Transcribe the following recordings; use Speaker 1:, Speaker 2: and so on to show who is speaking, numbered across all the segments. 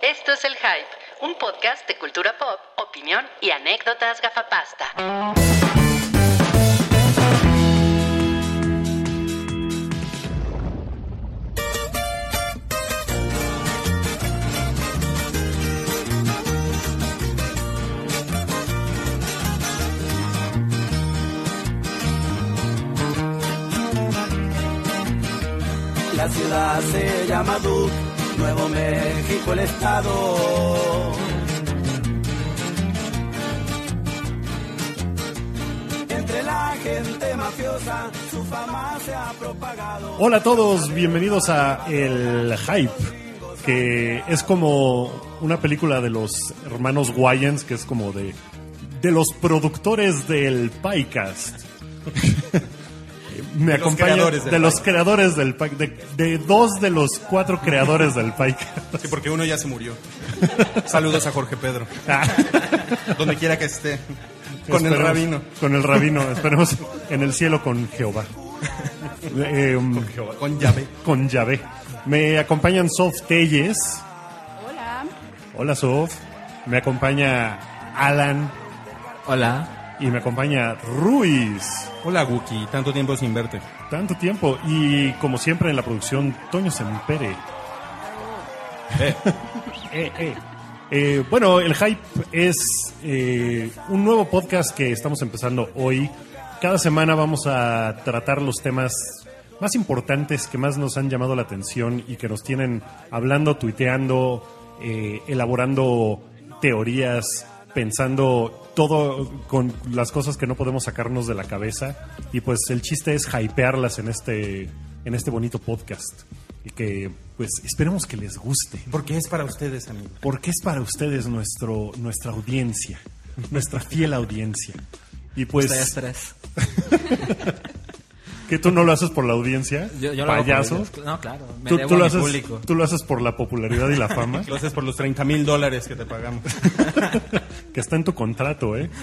Speaker 1: Esto es El Hype, un podcast de cultura pop, opinión y anécdotas gafapasta.
Speaker 2: La ciudad se llama Duke, Nuevo México el estado. Entre la gente mafiosa, su fama se ha propagado.
Speaker 3: Hola a todos, bienvenidos a El Hype, que es como una película de los hermanos Wayans, que es como de, de los productores del Pycast. Me
Speaker 4: De los
Speaker 3: acompaña
Speaker 4: creadores
Speaker 3: de
Speaker 4: del
Speaker 3: los
Speaker 4: Pie.
Speaker 3: creadores del Pie, de, de dos de los cuatro creadores del Pycast.
Speaker 4: Sí, porque uno ya se murió. Saludos a Jorge Pedro. Donde quiera que esté. Con el
Speaker 3: Esperemos-
Speaker 4: rabino.
Speaker 3: Con el rabino, esperemos en el cielo con Jehová. Eh,
Speaker 4: Con llave.
Speaker 3: con Yahvé. Me acompañan Sof Telles.
Speaker 5: Hola.
Speaker 3: Hola Sof, me acompaña Alan
Speaker 6: Hola.
Speaker 3: y me acompaña Ruiz.
Speaker 4: Hola, Wookie. Tanto tiempo sin verte.
Speaker 3: Tanto tiempo y como siempre en la producción Toño Sempere. Eh, eh. Eh, bueno, el Hype es eh, un nuevo podcast que estamos empezando hoy. Cada semana vamos a tratar los temas más importantes que más nos han llamado la atención y que nos tienen hablando, tuiteando, eh, elaborando teorías, pensando todo con las cosas que no podemos sacarnos de la cabeza. Y pues el chiste es hypearlas en este, en este bonito podcast. Y que pues esperemos que les guste
Speaker 4: Porque es para ustedes, amigos.
Speaker 3: porque es para ustedes nuestro, nuestra audiencia, nuestra fiel audiencia. Y pues,
Speaker 6: Ustedes tres.
Speaker 3: que tú no lo haces por la audiencia,
Speaker 6: Yo, yo lo hago
Speaker 3: payaso.
Speaker 6: por ellos. No, claro. Me
Speaker 3: Tú,
Speaker 6: debo
Speaker 3: tú
Speaker 6: a
Speaker 3: lo
Speaker 6: mi
Speaker 3: haces,
Speaker 6: público.
Speaker 3: tú lo haces por la popularidad y la fama,
Speaker 4: Lo haces por los 30 mil dólares que te pagamos.
Speaker 3: que está en tu contrato, ¿eh?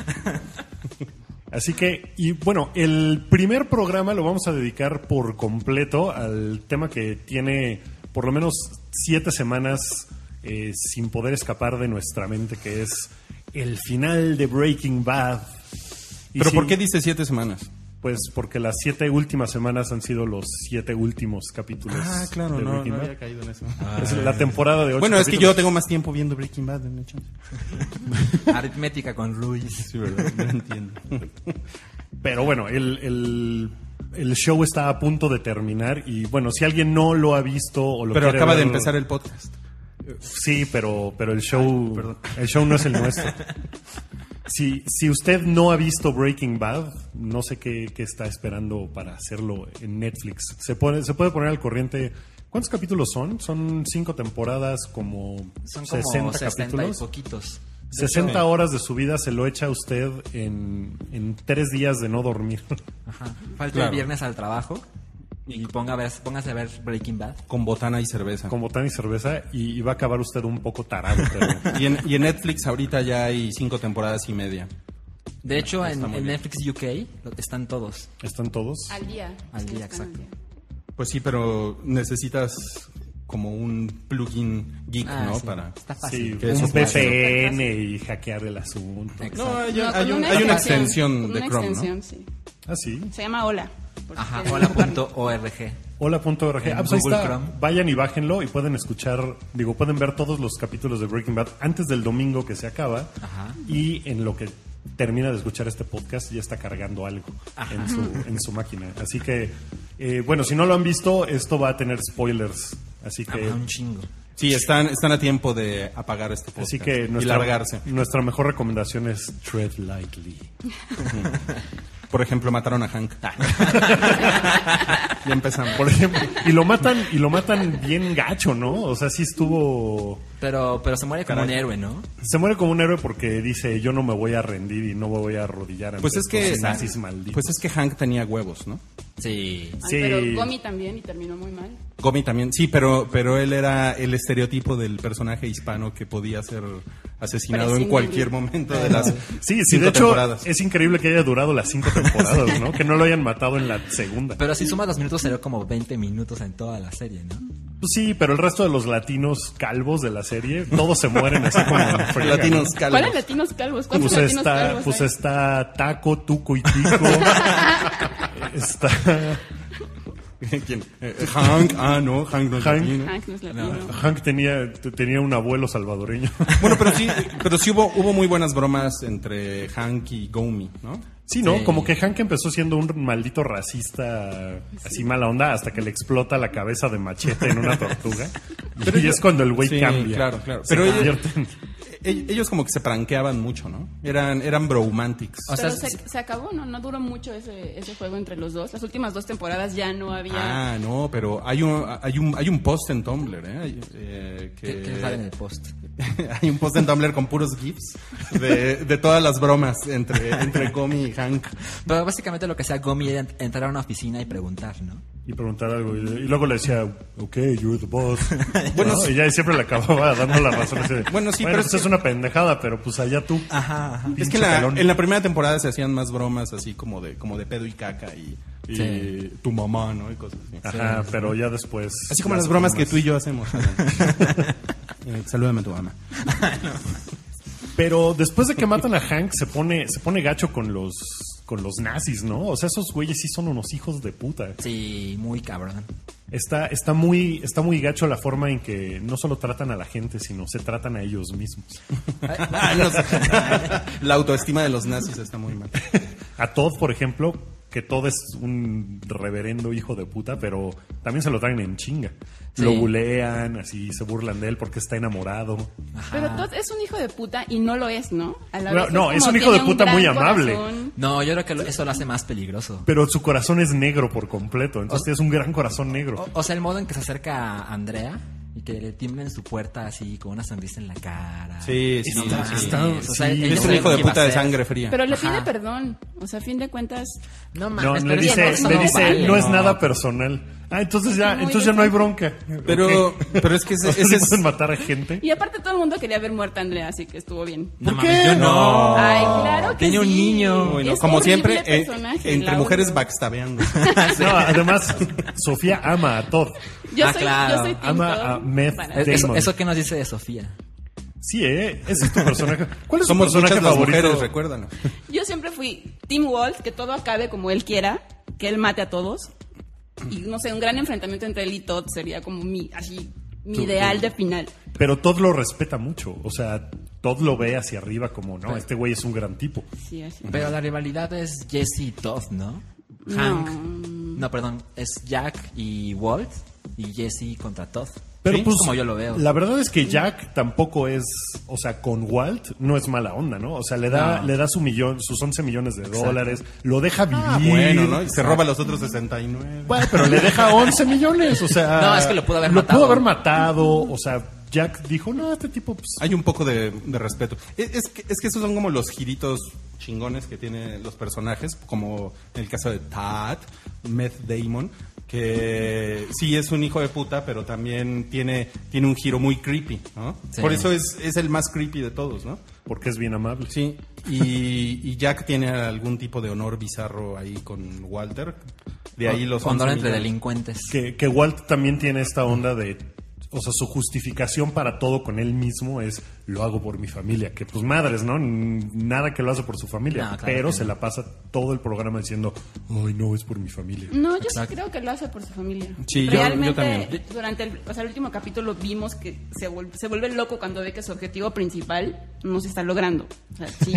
Speaker 3: Así que, y bueno, el primer programa lo vamos a dedicar por completo al tema que tiene por lo menos siete semanas eh, sin poder escapar de nuestra mente, que es el final de Breaking Bad. Y
Speaker 4: ¿Pero
Speaker 3: sí,
Speaker 4: por qué dice siete semanas?
Speaker 3: Pues porque las siete últimas semanas han sido los siete últimos capítulos. Pues,
Speaker 4: Ah,
Speaker 3: de Breaking Bad. Pues,
Speaker 4: caído en eso.
Speaker 3: Es la temporada de ocho
Speaker 4: Bueno, es que yo
Speaker 3: capítulos.
Speaker 4: tengo más tiempo viendo Breaking Bad. de hecho.
Speaker 6: Aritmética con Ruiz.
Speaker 4: Sí, ¿verdad? No entiendo.
Speaker 3: Pero bueno, el, el, el show está a punto de terminar y bueno, si alguien no lo ha visto o lo
Speaker 4: Pero
Speaker 3: quiere
Speaker 4: acaba de
Speaker 3: ver-
Speaker 4: empezar el podcast.
Speaker 3: Sí, pero, pero el show el show no es el nuestro. Si, si usted no ha visto Breaking Bad, no sé qué, qué está esperando para hacerlo en Netflix. Se, pone, se puede poner al corriente. ¿Cuántos capítulos son? Son cinco temporadas, como,
Speaker 6: Son como 60,
Speaker 3: 60, capítulos.
Speaker 6: y poquitos.
Speaker 3: 60 horas de su vida se lo echa a usted en, en tres días de no dormir.
Speaker 6: Ajá. Falta
Speaker 4: Claro.
Speaker 6: el viernes al trabajo y ponga a ver, póngase a ver Breaking Bad.
Speaker 4: Con botana y cerveza.
Speaker 3: Con botán y cerveza y, y va a acabar usted un poco tarado. Pero,
Speaker 4: Y en, y en Netflix ahorita ya hay cinco temporadas y media.
Speaker 6: De hecho, en,
Speaker 4: muy
Speaker 6: en
Speaker 4: bien.
Speaker 6: Netflix UK lo- están todos.
Speaker 3: ¿Están todos?
Speaker 5: Al día.
Speaker 6: Al
Speaker 5: Sí,
Speaker 6: día,
Speaker 5: están
Speaker 6: exacto.
Speaker 4: Pues sí, pero necesitas como un plugin geek,
Speaker 6: Ah,
Speaker 4: ¿no?
Speaker 6: sí.
Speaker 4: Para...
Speaker 6: Está
Speaker 3: Sí,
Speaker 6: fácil.
Speaker 4: que eso
Speaker 3: un
Speaker 4: puede ser.
Speaker 3: VPN y hackear el asunto.
Speaker 6: Exacto.
Speaker 4: No, hay,
Speaker 5: No, con
Speaker 4: hay un- hay una extensión
Speaker 5: con
Speaker 4: de
Speaker 5: una
Speaker 4: Chrome,
Speaker 5: extensión,
Speaker 4: ¿no?
Speaker 5: sí.
Speaker 3: Ah, sí.
Speaker 5: Se llama Hola. por si
Speaker 6: Ajá.
Speaker 5: quieren buscarlo.
Speaker 6: Hola.org.
Speaker 3: Hola.org.
Speaker 6: En
Speaker 3: Ah, pues ahí
Speaker 6: Google
Speaker 3: está.
Speaker 6: Chrome.
Speaker 3: Vayan y bájenlo y pueden escuchar, digo, pueden ver todos los capítulos de Breaking Bad antes del domingo que se acaba.
Speaker 6: Ajá.
Speaker 3: Y en lo que termina de escuchar este podcast ya está cargando algo en su, en su máquina. Así que, eh, bueno, si no lo han visto, esto va a tener spoilers. Así
Speaker 6: Ah,
Speaker 3: que,
Speaker 6: un chingo.
Speaker 4: Sí, están, están a tiempo de apagar este podcast
Speaker 3: así que
Speaker 4: y
Speaker 3: nuestra,
Speaker 4: largarse.
Speaker 3: nuestra mejor recomendación es Tread Lightly.
Speaker 4: Por ejemplo, mataron a Hank. ya empezamos.
Speaker 3: Por ejemplo, y lo matan, y lo matan bien gacho, ¿no? O sea, sí estuvo.
Speaker 6: Pero, pero se muere como
Speaker 4: Caray.
Speaker 6: un héroe, ¿no?
Speaker 3: Se muere como un héroe porque dice yo no me voy a rendir y no me voy a arrodillar ante
Speaker 4: Pues es que
Speaker 3: estos nazis malditos.
Speaker 4: pues es que Hank tenía huevos, ¿no?
Speaker 6: Sí.
Speaker 5: Ay,
Speaker 3: Sí.
Speaker 5: Pero Gomi también y terminó muy mal.
Speaker 4: Gomi también, sí, pero pero él era el estereotipo del personaje hispano que podía ser asesinado en
Speaker 5: Prescindible.
Speaker 4: cualquier momento de las
Speaker 3: sí, sí,
Speaker 4: cinco
Speaker 3: de hecho
Speaker 4: temporadas.
Speaker 3: es increíble que haya durado las cinco temporadas, ¿no? Que no lo hayan matado en la segunda.
Speaker 6: Pero si sumas los minutos, será como 20 minutos en toda la serie, ¿no?
Speaker 3: Pues sí, pero el resto de los latinos calvos de la serie, todos se mueren así como en friega.
Speaker 4: Latinos calvos.
Speaker 5: ¿Cuáles latinos calvos? ¿Cuántos
Speaker 3: Pues
Speaker 5: latinos
Speaker 3: está,
Speaker 5: calvos
Speaker 3: pues
Speaker 5: hay?
Speaker 3: está Taco, Tuco y Tico. está
Speaker 4: ¿Quién? Eh, Hank, ah, no, Hank no es
Speaker 3: Hank.
Speaker 4: latino.
Speaker 5: Hank Ah, no es latino.
Speaker 3: Hank tenía, t- tenía un abuelo salvadoreño.
Speaker 4: Bueno, pero sí, pero sí hubo, hubo muy buenas bromas entre Hank y Gomi, ¿no?
Speaker 3: Sí, ¿no?
Speaker 6: Sí.
Speaker 3: Como que Hank empezó siendo un maldito racista, así mala onda, hasta que le explota la cabeza de machete en una tortuga. y es cuando el güey
Speaker 4: Sí,
Speaker 3: cambia.
Speaker 4: claro, claro.
Speaker 3: Se
Speaker 4: Pero ella-
Speaker 3: convierte en-
Speaker 4: E- Ellos como que se pranqueaban mucho, ¿no? Eran, eran bromantics.
Speaker 3: Ah,
Speaker 6: O sea,
Speaker 5: Pero se,
Speaker 6: sí-
Speaker 5: se acabó, ¿no? No duró mucho ese, ese juego entre los dos. Las últimas dos temporadas ya no había.
Speaker 4: Ah, no, pero hay un, hay un, hay un post en Tumblr, ¿eh? Hay, eh,
Speaker 6: ¿Qué,
Speaker 4: que,
Speaker 6: qué sale en el post?
Speaker 4: hay un post en Tumblr con puros GIFs de, de todas las bromas entre, entre Gomi y Hank.
Speaker 6: Pero básicamente lo que hacía Gomi era ent- entrar a una oficina y preguntar, ¿no?
Speaker 3: y preguntar algo. Y, y luego le decía, ok, you're the boss.
Speaker 4: Bueno,
Speaker 3: bueno,
Speaker 4: sí.
Speaker 3: y ya siempre le acababa dando la razón. así de,
Speaker 4: Bueno, sí, pero
Speaker 3: pero pues
Speaker 4: es que- Ah,
Speaker 3: es una pendejada, pero pues allá tú.
Speaker 6: Ajá, ajá.
Speaker 4: Es
Speaker 3: Pinche
Speaker 4: que en la,
Speaker 3: pelón.
Speaker 4: en la primera temporada se hacían más bromas así como de, como de pedo y caca y, y
Speaker 6: Sí.
Speaker 4: tu mamá, ¿no? Y cosas así.
Speaker 3: Ajá, pero ya después.
Speaker 4: Así como
Speaker 3: ya
Speaker 4: las
Speaker 3: se
Speaker 4: bromas
Speaker 3: fue
Speaker 4: que
Speaker 3: más.
Speaker 4: tú y yo hacemos. Adán. Eh, salúdame a tu mamá.
Speaker 3: Pero después de que matan a Hank, se pone, se pone gacho con los, con los nazis, ¿no? O sea, esos güeyes sí son unos hijos de puta.
Speaker 6: Sí, muy cabrón.
Speaker 3: Está, está, muy, está muy gacho la forma en que no solo tratan a la gente, sino se tratan a ellos mismos.
Speaker 4: Ah, no sé. La autoestima de los nazis está muy mal.
Speaker 3: A Todd, por ejemplo, que Todd es un reverendo hijo de puta, pero también se lo traen en chinga.
Speaker 6: Sí.
Speaker 3: Lo bulean, así se burlan de él porque está enamorado.
Speaker 5: Pero Todd es un hijo de puta y no lo es, ¿no? A la
Speaker 3: No,
Speaker 5: vez
Speaker 3: no,
Speaker 5: como
Speaker 3: es un hijo
Speaker 5: tiene
Speaker 3: de puta
Speaker 5: gran
Speaker 3: muy amable.
Speaker 5: corazón.
Speaker 6: No, yo creo que lo- eso lo hace más peligroso.
Speaker 3: Pero su corazón es negro por completo, entonces es un gran corazón negro.
Speaker 6: O, o sea, el modo en que se acerca a Andrea y que le timbren su puerta así con una sonrisa en la cara.
Speaker 4: Sí, sí,
Speaker 6: No
Speaker 4: sí.
Speaker 6: mames,
Speaker 3: está-
Speaker 6: o sea,
Speaker 3: sí,
Speaker 6: ella
Speaker 4: Es un
Speaker 6: sabe
Speaker 4: hijo
Speaker 6: lo
Speaker 4: de
Speaker 6: que iba a
Speaker 4: puta de
Speaker 6: hacer.
Speaker 4: sangre fría.
Speaker 5: Pero le pide
Speaker 6: Ajá.
Speaker 5: perdón. O sea, a fin de cuentas.
Speaker 3: No,
Speaker 6: No mames,
Speaker 3: le
Speaker 6: pero es que
Speaker 3: dice,
Speaker 6: eso
Speaker 3: le
Speaker 6: no
Speaker 3: dice,
Speaker 6: vale,
Speaker 3: no es nada personal. Ah, entonces ya,
Speaker 5: Muy
Speaker 3: entonces ya no hay
Speaker 5: decente.
Speaker 3: bronca.
Speaker 4: Pero,
Speaker 3: Ok.
Speaker 4: pero es que ese,
Speaker 3: ¿No
Speaker 4: ese
Speaker 3: le
Speaker 4: es...
Speaker 3: pueden matar a gente.
Speaker 5: Y aparte todo el mundo quería ver muerta a Andrea, así que estuvo bien.
Speaker 6: No mames, yo no.
Speaker 4: No.
Speaker 5: Ay, claro que
Speaker 6: Tiene un
Speaker 5: sí.
Speaker 6: niño.
Speaker 4: Bueno,
Speaker 5: Es
Speaker 4: como
Speaker 5: horrible
Speaker 4: siempre, eh,
Speaker 5: personaje,
Speaker 4: entre
Speaker 5: la
Speaker 4: mujeres
Speaker 5: odio.
Speaker 4: backstabeando.
Speaker 3: No, además, Sofía ama a Todd.
Speaker 5: Yo
Speaker 6: Ah,
Speaker 5: soy,
Speaker 6: claro.
Speaker 5: yo soy Tim
Speaker 3: Ama
Speaker 5: Todd.
Speaker 3: a Meth
Speaker 5: Para-
Speaker 6: Es- Eso,
Speaker 3: Damon.
Speaker 6: eso que nos dice de Sofía.
Speaker 3: Sí, ¿eh? Ese es tu personaje. ¿Cuál es tu
Speaker 4: Somos
Speaker 3: personaje
Speaker 4: muchas las
Speaker 3: favorito?
Speaker 4: mujeres, recuérdalo.
Speaker 5: Yo siempre fui Tim Waltz, que todo acabe como él quiera, que él mate a todos. Y no sé, un gran enfrentamiento entre él y Todd sería como mi, así, mi
Speaker 3: Tú-
Speaker 5: ideal
Speaker 3: tú.
Speaker 5: de final.
Speaker 3: Pero Todd lo respeta mucho. O sea, Todd lo ve hacia arriba como, no, este güey es un gran tipo.
Speaker 5: Sí, así.
Speaker 6: Pero la rivalidad es Jesse y Todd, ¿no?
Speaker 5: No.
Speaker 6: Hank. No, perdón. Es Jack y Walt y Jesse contra Todd.
Speaker 3: Pero
Speaker 6: Sí,
Speaker 3: pues,
Speaker 6: como yo lo veo.
Speaker 3: La verdad es que Jack tampoco es, o sea, con Walt no es mala onda, ¿no? O sea, le da,
Speaker 6: No.
Speaker 3: le da su millón, sus 11 millones de dólares, lo deja vivir.
Speaker 4: Ah, bueno, ¿no? Y se roba los otros 69.
Speaker 3: Bueno, pero le deja 11 millones, o sea.
Speaker 6: No, es que lo pudo haber
Speaker 3: Lo
Speaker 6: matado.
Speaker 3: pudo haber matado, o sea, Jack dijo, no, este tipo, pues,
Speaker 4: Hay un poco de, de respeto. Es, es que, es que esos son como los giritos chingones que tienen los personajes, como en el caso de Tad, Meth Damon, que sí es un hijo de puta, pero también tiene, tiene un giro muy creepy, ¿no?
Speaker 6: Sí.
Speaker 4: Por eso es, es el más creepy de todos, ¿no?
Speaker 3: porque es bien amable.
Speaker 4: Sí, y, y Jack tiene algún tipo de honor bizarro ahí con Walter. De ahí los
Speaker 6: Condor
Speaker 4: 11
Speaker 6: entre
Speaker 4: millones.
Speaker 6: delincuentes.
Speaker 3: Que, que Walt también tiene esta onda de. O sea, su justificación para todo con él mismo es lo hago por mi familia. Que pues madres, ¿no? N- Nada que lo hace por su familia.
Speaker 6: No, claro
Speaker 3: pero
Speaker 6: que
Speaker 3: se
Speaker 6: no.
Speaker 3: la pasa todo el programa diciendo, ay, no, es por mi familia.
Speaker 5: No, yo sí
Speaker 6: Exacto.
Speaker 5: creo que lo hace por su familia.
Speaker 4: Sí, yo- yo
Speaker 5: Realmente,
Speaker 4: también.
Speaker 5: durante el, o sea, el último capítulo vimos que se, vuel- se vuelve loco cuando ve que su objetivo principal no se está logrando. O sea, sí,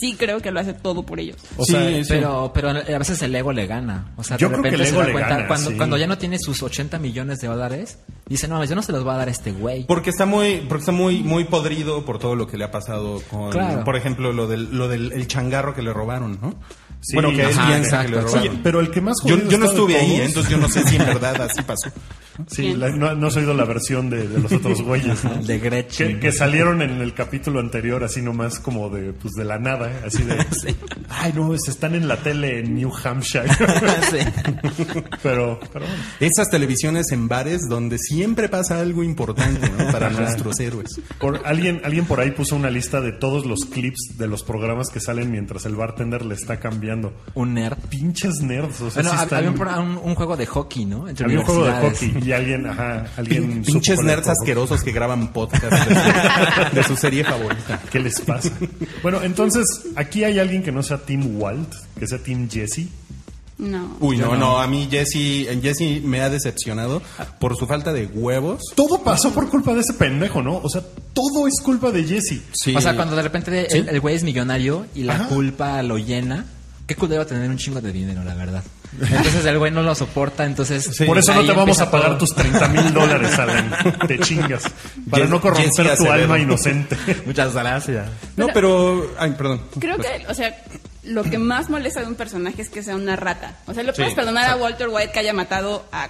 Speaker 5: sí creo que lo hace todo por ellos.
Speaker 3: O
Speaker 4: Sí,
Speaker 3: sea,
Speaker 4: sí.
Speaker 6: Pero, pero a veces el ego le gana. O sea,
Speaker 3: Yo
Speaker 6: de
Speaker 3: creo que
Speaker 6: repente
Speaker 3: el ego
Speaker 6: se da
Speaker 3: le
Speaker 6: cuenta.
Speaker 3: gana,
Speaker 6: cuando,
Speaker 3: sí.
Speaker 6: cuando ya no tiene sus 80 millones de dólares, dice, no mames, yo no se los voy a dar a este güey.
Speaker 4: Porque está muy, porque está muy, muy podrido por todo lo que le ha pasado con,
Speaker 6: Claro.
Speaker 4: por ejemplo, lo del, lo del el changarro que le robaron, ¿no?
Speaker 3: Sí,
Speaker 4: bueno, que él
Speaker 6: ajá,
Speaker 4: piensa que
Speaker 6: exacto,
Speaker 4: le
Speaker 6: exacto.
Speaker 4: robaron.
Speaker 3: oye, pero el que más
Speaker 4: yo,
Speaker 3: jodido
Speaker 4: yo no
Speaker 3: está de
Speaker 4: estuve ahí, ¿eh?
Speaker 3: todos-
Speaker 4: entonces yo no sé si en verdad así pasó.
Speaker 3: Sí, la- no, no has oído la versión de, de los otros güeyes. ¿no?
Speaker 6: De Gretchen.
Speaker 3: Que, que salieron en el capítulo anterior así nomás como de pues de la nada, ¿eh? así de ay no, se están en la tele en New Hampshire.
Speaker 6: Sí.
Speaker 3: pero, pero bueno.
Speaker 4: Esas televisiones en bares donde siempre pasa algo importante, ¿no? Para nuestros héroes.
Speaker 3: Por- alguien, alguien por ahí puso una lista de todos los clips de los programas que salen mientras el bartender le está cambiando.
Speaker 6: Un nerd.
Speaker 3: Pinches nerds, o sea,
Speaker 6: Bueno,
Speaker 3: sí
Speaker 6: hab-
Speaker 3: están-
Speaker 6: había un, pro- un- un juego de hockey, ¿no? Entre
Speaker 3: había un juego de
Speaker 6: universidades.
Speaker 3: hockey y Y alguien, ajá, alguien. supo
Speaker 4: Pinches
Speaker 3: con el
Speaker 4: nerds
Speaker 3: cojo.
Speaker 4: asquerosos que graban podcast de su, de su serie favorita.
Speaker 3: ¿Qué les pasa? bueno, entonces, aquí hay alguien que no sea Team Walt, que sea Team Jesse.
Speaker 5: No.
Speaker 4: Uy, no, no, a mí Jesse, Jesse me ha decepcionado por su falta de huevos.
Speaker 3: Todo pasó por culpa de ese pendejo, ¿no? O sea, todo es culpa de Jesse.
Speaker 4: Sí.
Speaker 6: O sea, cuando de repente el- el güey es millonario y la
Speaker 3: Ajá.
Speaker 6: culpa lo llena, qué culpa tener un chingo de dinero, la verdad. Entonces el güey no lo soporta, entonces...
Speaker 4: Sí.
Speaker 3: Por eso no
Speaker 6: ahí
Speaker 3: te vamos
Speaker 6: empieza
Speaker 3: a pagar
Speaker 6: todo.
Speaker 3: tus 30 mil dólares, Alan. Te chingas. Para
Speaker 4: Yes-
Speaker 3: no corromper
Speaker 4: Jesse
Speaker 3: tu
Speaker 4: Acevedo.
Speaker 3: alma inocente.
Speaker 6: Muchas gracias.
Speaker 4: No, pero... Ay, perdón.
Speaker 5: Creo que, o sea, lo que más molesta de un personaje es que sea una rata. O sea, lo
Speaker 4: Sí,
Speaker 5: puedes perdonar a Walter White que haya matado a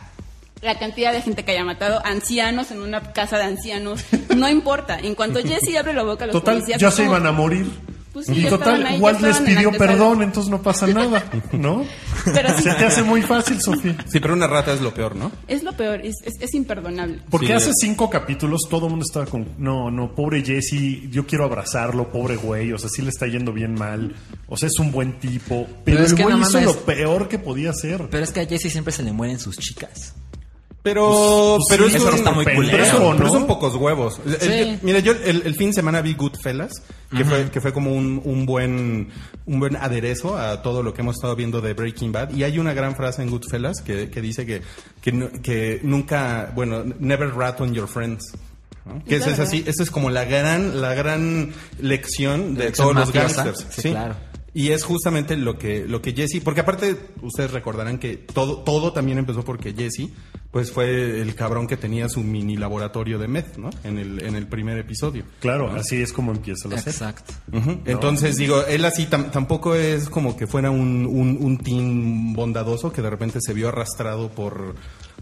Speaker 5: la cantidad de gente que haya matado, ancianos en una casa de ancianos, no importa. En cuanto Jesse abre la boca, los
Speaker 3: Total,
Speaker 5: policías
Speaker 3: ya
Speaker 5: es
Speaker 3: se
Speaker 5: como-
Speaker 3: iban a morir.
Speaker 5: Pues sí,
Speaker 3: y
Speaker 5: ya
Speaker 3: total,
Speaker 5: estaban ahí, ya
Speaker 3: Walt les
Speaker 5: estaban en
Speaker 3: pidió
Speaker 5: la antesala.
Speaker 3: perdón, entonces no pasa nada, ¿no?
Speaker 5: Pero sí,
Speaker 3: Se te hace muy fácil, Sofía.
Speaker 4: Sí, pero una rata es lo peor, ¿no?
Speaker 5: es lo peor, es, es- es imperdonable.
Speaker 3: Porque
Speaker 4: Sí.
Speaker 3: hace cinco capítulos todo el mundo estaba con, no, no, pobre Jesse, yo quiero abrazarlo, pobre güey, o sea, sí le está yendo bien mal, o sea, es un buen tipo, pero,
Speaker 6: Pero es
Speaker 3: el
Speaker 6: que
Speaker 3: güey
Speaker 6: no
Speaker 3: hizo
Speaker 6: mames.
Speaker 3: lo peor que podía hacer.
Speaker 6: Pero es que a Jesse siempre se le mueren sus chicas.
Speaker 4: Pero,
Speaker 3: Pues,
Speaker 4: pero
Speaker 3: sí,
Speaker 4: es
Speaker 3: eso
Speaker 4: un-
Speaker 3: está muy
Speaker 4: pero
Speaker 3: culero,
Speaker 4: son- pero
Speaker 3: ¿no?
Speaker 4: son pocos huevos. El- el-
Speaker 6: Sí.
Speaker 4: mira, yo el, el fin de semana vi Goodfellas, que fue que fue como un, un buen un buen aderezo a todo lo que hemos estado viendo de Breaking Bad. Y hay una gran frase en Goodfellas que, que dice que que, nu- que nunca, bueno, never rat on your friends. ¿no? Que
Speaker 5: Es
Speaker 4: esa es
Speaker 5: la
Speaker 4: así, esa es como la gran la gran lección de
Speaker 6: Lección
Speaker 4: todos los
Speaker 6: mafiosa.
Speaker 4: gangsters.
Speaker 6: Sí, claro.
Speaker 4: Y es justamente lo que, lo que Jesse, porque aparte ustedes recordarán que todo, todo también empezó porque Jesse, pues fue el cabrón que tenía su mini laboratorio de meth, ¿no? En el, en el primer episodio.
Speaker 3: Claro, así es como empieza la serie.
Speaker 6: Exacto.
Speaker 4: Ujú. Entonces digo, él así tam- tampoco es como que fuera un, un, un teen bondadoso que de repente se vio arrastrado por,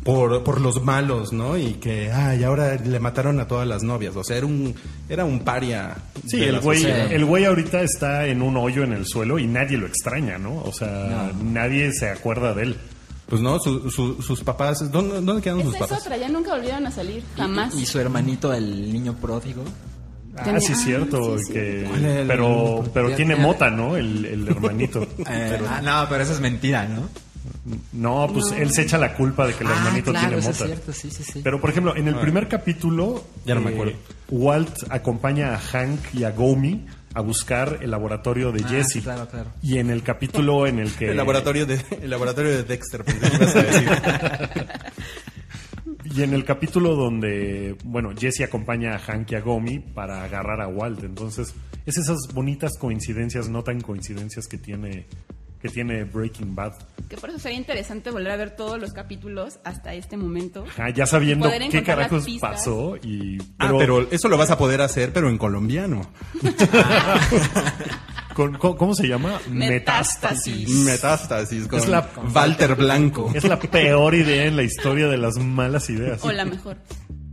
Speaker 4: por, por los malos, ¿no? Y que, ay, ahora le mataron a todas las novias. O sea, era un, era un paria.
Speaker 3: Sí,
Speaker 4: de
Speaker 3: el
Speaker 4: la
Speaker 3: güey,
Speaker 4: sociedad.
Speaker 3: el güey ahorita está en un hoyo en el suelo y nadie lo extraña, ¿no? O sea, nadie se acuerda de él.
Speaker 4: Pues no, su- su- sus papás, ¿dónde, dónde quedaron sus
Speaker 5: Esa es
Speaker 4: papás?
Speaker 5: otra, ya nunca volvieron a salir, jamás.
Speaker 6: Y su hermanito, el niño pródigo. Eh,
Speaker 3: Ah,
Speaker 5: Tenía-
Speaker 3: sí, es
Speaker 5: ah,
Speaker 3: cierto,
Speaker 5: sí, sí.
Speaker 3: que
Speaker 4: ¿Cuál era el
Speaker 3: pero
Speaker 4: hermanito?
Speaker 3: pero
Speaker 6: Ya-
Speaker 3: tiene
Speaker 6: ya-
Speaker 3: mota, ¿no? El, el hermanito.
Speaker 6: Eh, ah, no, pero eso es mentira, ¿no?
Speaker 3: No, pues él se echa la culpa de que el hermanito
Speaker 6: Ah, claro,
Speaker 3: tiene
Speaker 6: eso
Speaker 3: mota.
Speaker 6: es cierto, sí, sí,
Speaker 5: Este.
Speaker 6: sí.
Speaker 3: Pero por ejemplo, en el primer capítulo,
Speaker 4: Ah.
Speaker 3: eh,
Speaker 4: Ya no me acuerdo.
Speaker 3: Walt acompaña a Hank y a Gomi a buscar el laboratorio de
Speaker 6: Ah,
Speaker 3: Jesse.
Speaker 6: claro, claro.
Speaker 3: Y en el capítulo en el que
Speaker 4: El laboratorio de, el laboratorio de Dexter. pensé que ibas a
Speaker 3: Ah,
Speaker 4: decir.
Speaker 3: y en el capítulo donde bueno Jesse acompaña a Hank y a Gomi para agarrar a Walt. Entonces es esas bonitas coincidencias, no tan coincidencias que tiene que tiene Breaking Bad.
Speaker 5: Que por eso sería interesante volver a ver todos los capítulos hasta este momento.
Speaker 3: Ajá, Ah, ya sabiendo
Speaker 5: Poder
Speaker 3: qué
Speaker 5: encontrar las
Speaker 3: carajos
Speaker 5: pistas.
Speaker 3: pasó y
Speaker 4: Ah, pero eso lo vas a poder hacer, pero en colombiano.
Speaker 3: con- ¿cómo, cómo se llama?
Speaker 5: Metástasis.
Speaker 4: Metástasis con
Speaker 3: Es la-
Speaker 4: Walter Blanco.
Speaker 3: Es la peor idea en la historia de las malas ideas.
Speaker 5: O la mejor.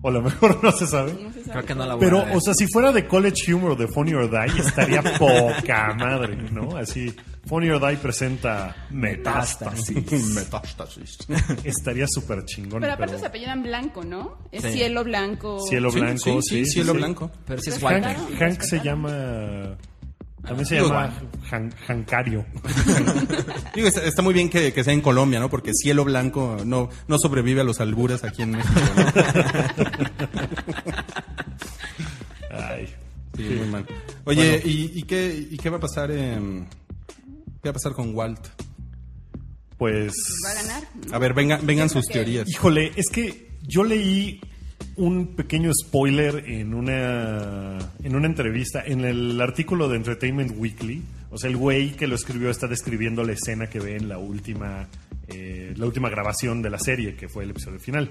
Speaker 3: O a lo mejor no se sabe.
Speaker 5: No se sabe.
Speaker 6: Creo que no la voy
Speaker 3: Pero,
Speaker 6: a ver.
Speaker 3: o sea, si fuera de College Humor o de Funny or Die, estaría poca madre, ¿no? Así, Funny or Die presenta Metástasis.
Speaker 4: Metástasis.
Speaker 3: Estaría súper chingón.
Speaker 5: Pero aparte se
Speaker 3: pero
Speaker 5: apellidan Blanco, ¿no? Es
Speaker 6: Sí.
Speaker 5: Cielo Blanco.
Speaker 3: Cielo
Speaker 4: Sí,
Speaker 3: Blanco,
Speaker 4: sí,
Speaker 3: sí.
Speaker 4: sí,
Speaker 3: sí,
Speaker 4: cielo
Speaker 3: sí.
Speaker 4: blanco.
Speaker 6: Pero sí es
Speaker 3: Hank,
Speaker 6: Walter.
Speaker 3: Hank se llama... También se
Speaker 4: Digo,
Speaker 3: llama Han- Hancario.
Speaker 4: Digo, está, está muy bien que, que sea en Colombia, ¿no? Porque cielo blanco no, no sobrevive a los albures aquí en México. ¿no?
Speaker 3: Ay.
Speaker 4: Sí, muy mal. Oye, ¿y, y qué, ¿y qué va a pasar em, ¿Qué va a pasar con Walt?
Speaker 3: Pues...
Speaker 5: Va a ganar.
Speaker 4: A ver, venga- vengan sus
Speaker 5: que-
Speaker 4: teorías.
Speaker 3: Híjole, es que yo leí un pequeño spoiler en una en una entrevista en el artículo de Entertainment Weekly. O sea, el güey que lo escribió está describiendo la escena que ve en la última eh, la última grabación de la serie, que fue el episodio final.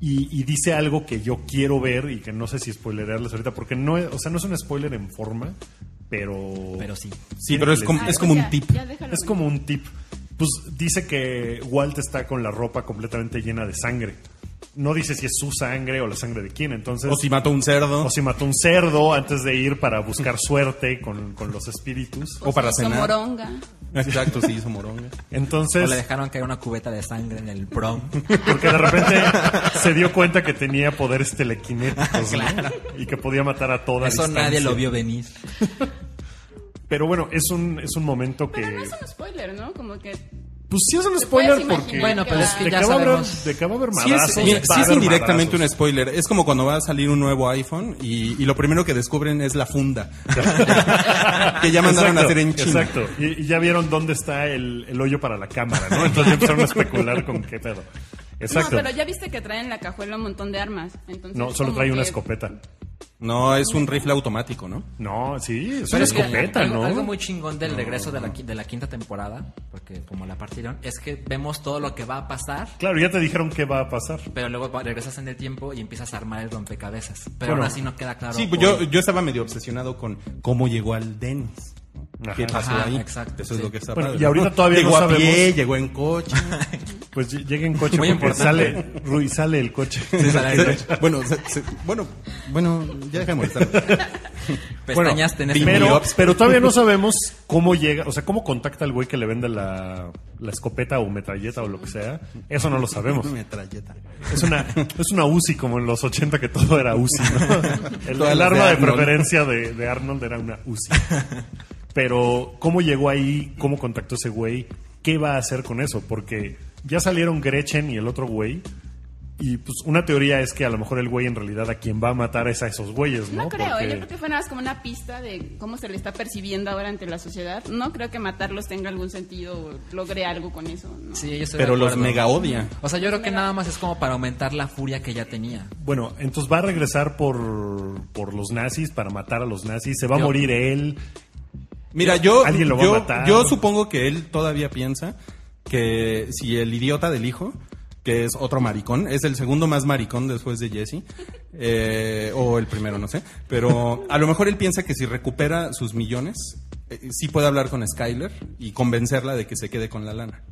Speaker 3: Y, y dice algo que yo quiero ver y que no sé si spoilerarles ahorita, porque no, es- o sea, no es un spoiler en forma, pero
Speaker 6: Pero sí.
Speaker 4: Sí, pero es como,
Speaker 5: Ah,
Speaker 4: es como un
Speaker 5: ya,
Speaker 4: tip.
Speaker 5: ya déjalo
Speaker 3: es
Speaker 5: venir.
Speaker 3: como un tip. Pues dice que Walt está con la ropa completamente llena de sangre. No dice si es su sangre o la sangre de quién, entonces...
Speaker 4: O si mató un cerdo.
Speaker 3: o si mató un cerdo antes de ir para buscar suerte con, con los espíritus.
Speaker 4: o para
Speaker 5: Hizo
Speaker 4: cenar.
Speaker 5: moronga.
Speaker 4: Exacto, sí, hizo moronga.
Speaker 6: O le
Speaker 3: Entonces,
Speaker 6: dejaron caer una cubeta de sangre en el prom.
Speaker 3: porque de repente se dio cuenta que tenía poderes telequinéticos ¿no? y que podía matar a toda
Speaker 6: Eso
Speaker 3: distancia.
Speaker 6: nadie lo vio venir.
Speaker 3: Pero bueno, es un, es un momento que...
Speaker 5: Pero no es un spoiler, ¿no? Como que.
Speaker 3: Pues sí es un
Speaker 5: Te
Speaker 3: spoiler
Speaker 5: puedes
Speaker 3: porque.
Speaker 5: imaginar
Speaker 6: Bueno, pero es que
Speaker 3: de
Speaker 6: ya
Speaker 3: que va a haber-
Speaker 6: sabemos.
Speaker 3: de que va a haber
Speaker 4: Sí es,
Speaker 3: madrazos,
Speaker 4: mira,
Speaker 3: va
Speaker 4: sí
Speaker 3: a
Speaker 4: es
Speaker 3: haber
Speaker 4: indirectamente
Speaker 3: madrazos.
Speaker 4: un spoiler. Es como cuando va a salir un nuevo iPhone y, y lo primero que descubren es la funda. que ya mandaron a hacer en China.
Speaker 3: Exacto. Y, y ya vieron dónde está el, el hoyo para la cámara, ¿no? Entonces ya empezaron a especular con qué pedo. Exacto.
Speaker 5: No, pero ya viste que traen en la cajuela un montón de armas. Entonces,
Speaker 3: No, solo
Speaker 5: como
Speaker 3: trae una
Speaker 5: que-
Speaker 3: escopeta.
Speaker 4: No, es un rifle automático, ¿no?
Speaker 3: No, sí, es una
Speaker 6: Pero es que
Speaker 3: escopeta,
Speaker 6: algo,
Speaker 3: ¿no?
Speaker 6: algo muy chingón del regreso de la, qui- de la quinta temporada, porque como la partieron, es que vemos todo lo que va a pasar,
Speaker 3: Claro, ya te dijeron qué va a pasar.
Speaker 6: pero luego va- regresas en el tiempo y empiezas a armar el rompecabezas. Pero
Speaker 3: Bueno.
Speaker 6: aún así no queda claro.
Speaker 4: Sí, pues yo,
Speaker 6: hoy.
Speaker 4: yo estaba medio obsesionado con cómo llegó al Dennis. ¿Qué
Speaker 3: Ajá.
Speaker 4: pasó
Speaker 6: Ajá,
Speaker 4: ahí?
Speaker 6: exacto,
Speaker 4: Eso
Speaker 6: sí.
Speaker 4: es lo que está
Speaker 3: Bueno,
Speaker 4: padre,
Speaker 3: y ahorita
Speaker 4: ¿no?
Speaker 3: todavía no
Speaker 4: llegó a pie,
Speaker 3: sabemos.
Speaker 4: llegó en coche.
Speaker 3: Pues ll- llega en coche
Speaker 6: Muy
Speaker 3: porque
Speaker 6: importante.
Speaker 3: sale, Rui, sale el coche.
Speaker 6: Sí, sale el coche.
Speaker 4: bueno, se- se- bueno, bueno, ya deja de molestar.
Speaker 6: Pestañas tenés
Speaker 4: Bueno,
Speaker 3: Pero,
Speaker 4: Miops.
Speaker 3: pero todavía no sabemos cómo llega, o sea, cómo contacta al güey que le vende la, la escopeta o metralleta o lo que sea. Eso no lo sabemos.
Speaker 4: Metralleta.
Speaker 3: Es una, es una UCI como en los 80 que todo era UCI, ¿no? El,
Speaker 4: Todas
Speaker 3: el
Speaker 4: las de
Speaker 3: arma de,
Speaker 4: Arnold.
Speaker 3: preferencia de, de Arnold era una UCI. Pero, ¿cómo llegó ahí? ¿Cómo contactó ese güey? ¿Qué va a hacer con eso? Porque ya salieron Gretchen y el otro güey. Y pues una teoría es que a lo mejor el güey en realidad a quien va a matar es a esos güeyes, ¿no?
Speaker 5: No, creo, ¿eh?
Speaker 3: Porque-
Speaker 5: yo creo que fue nada más como una pista de cómo se le está percibiendo ahora ante la sociedad. No creo que matarlos tenga algún sentido o logre algo con eso. ¿no?
Speaker 6: Sí, yo estoy de
Speaker 4: Pero los
Speaker 6: acuerdo.
Speaker 4: mega odia.
Speaker 6: O sea, yo creo que nada más es como para aumentar la furia que ya tenía.
Speaker 3: Bueno, entonces va a regresar por, por los nazis, para matar a los nazis. Se va a
Speaker 6: Yo-
Speaker 3: morir él.
Speaker 4: Mira, yo,
Speaker 3: Alguien lo va a
Speaker 4: yo-
Speaker 3: matar.
Speaker 4: yo supongo que él todavía piensa que si el idiota del hijo, que es otro maricón, es el segundo más maricón después de Jesse, eh, o el primero, no sé, pero a lo mejor él piensa que si recupera sus millones, eh, sí puede hablar con Skyler y convencerla de que se quede con la lana.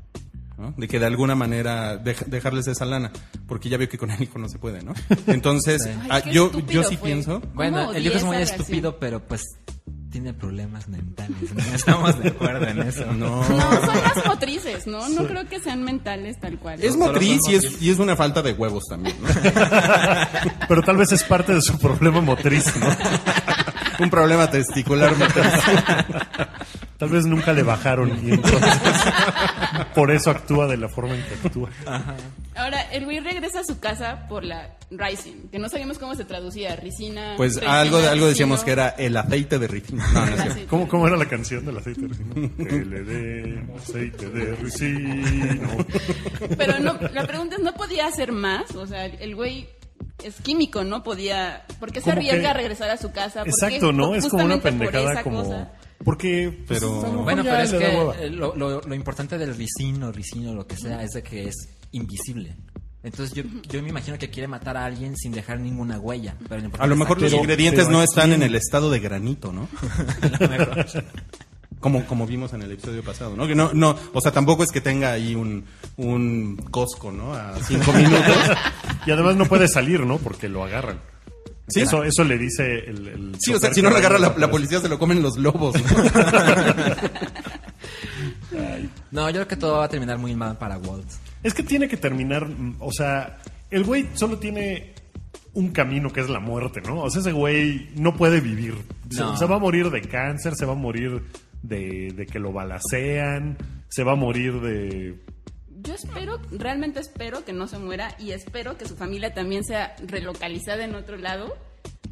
Speaker 4: ¿no? De que de alguna manera dej- dejarles esa lana, porque ya veo que con el hijo no se puede, ¿no? Entonces,
Speaker 6: Ay,
Speaker 4: ah,
Speaker 5: qué
Speaker 4: yo, yo
Speaker 5: estúpido
Speaker 4: sí
Speaker 5: fue.
Speaker 4: pienso
Speaker 6: Bueno,
Speaker 5: ¿Cómo
Speaker 6: el hijo es
Speaker 5: odié
Speaker 6: muy
Speaker 5: esa
Speaker 6: estúpido, pero pues tiene problemas mentales. ¿no? Estamos de acuerdo en eso.
Speaker 4: No.
Speaker 5: No, son las motrices, ¿no? No creo que sean mentales tal cual.
Speaker 4: Es motriz y es, y es una falta de huevos también, ¿no?
Speaker 3: Pero tal vez es parte de su problema motriz, ¿no?
Speaker 4: Un problema testicular motriz.
Speaker 3: Tal vez nunca le bajaron y entonces por eso actúa de la forma en que actúa.
Speaker 5: Ahora, el güey regresa a su casa por la Rising, que no sabíamos cómo se traducía, Ricina.
Speaker 4: Pues
Speaker 5: Resina,
Speaker 4: algo, algo decíamos
Speaker 5: Ricino.
Speaker 4: que era el aceite de ricino. No, no es cierto.
Speaker 5: Así.
Speaker 3: ¿Cómo, cómo era la canción del aceite de ricino? Que le den aceite de ricino.
Speaker 5: Pero no, la pregunta es, ¿no podía hacer más? O sea, el güey es químico, ¿no? Podía... ¿Por qué se
Speaker 3: ¿Cómo
Speaker 5: arriesga
Speaker 3: que?
Speaker 5: a regresar a su casa? ¿Por qué?
Speaker 3: Exacto, ¿no? Es como una
Speaker 5: Justamente por
Speaker 3: pendejada
Speaker 5: esa
Speaker 3: como...
Speaker 5: cosa.
Speaker 3: Porque... pues,
Speaker 4: Pero-
Speaker 3: a lo mejor
Speaker 6: Bueno,
Speaker 3: ya
Speaker 6: pero es
Speaker 3: le da hueva.
Speaker 6: que eh, lo, lo- lo importante del ricino, ricino, lo que sea, es de que es invisible. Entonces yo, yo me imagino que quiere matar a alguien sin dejar ninguna huella. Pero lo importante
Speaker 4: A lo
Speaker 6: es
Speaker 4: mejor
Speaker 6: aquí-
Speaker 4: los ingredientes
Speaker 3: pero
Speaker 4: no
Speaker 3: aquí-
Speaker 4: están en el estado de granito, ¿no?
Speaker 6: a lo mejor.
Speaker 4: Como, como vimos en el episodio pasado, ¿no? Que no, no, o sea, tampoco es que tenga ahí un, un cosco, ¿no? A cinco minutos.
Speaker 3: Y además no puede salir, ¿no? Porque lo agarran.
Speaker 4: Sí.
Speaker 3: Eso, eso le dice el... el
Speaker 4: Sí, o sea,
Speaker 3: chofer
Speaker 4: si no
Speaker 3: que
Speaker 4: lo
Speaker 3: va
Speaker 4: agarra
Speaker 3: en
Speaker 4: la, la policía se lo comen los lobos, ¿no?
Speaker 6: No, yo creo que todo va a terminar muy mal para Walt.
Speaker 3: Es que tiene que terminar, mm, o sea, el güey solo tiene un camino que es la muerte, ¿no? O sea, ese güey no puede vivir. Se,
Speaker 6: No.
Speaker 3: se va a morir de cáncer, se va a morir de, de que lo balacean, se va a morir de...
Speaker 5: Yo espero, realmente espero que no se muera y espero que su familia también sea relocalizada en otro lado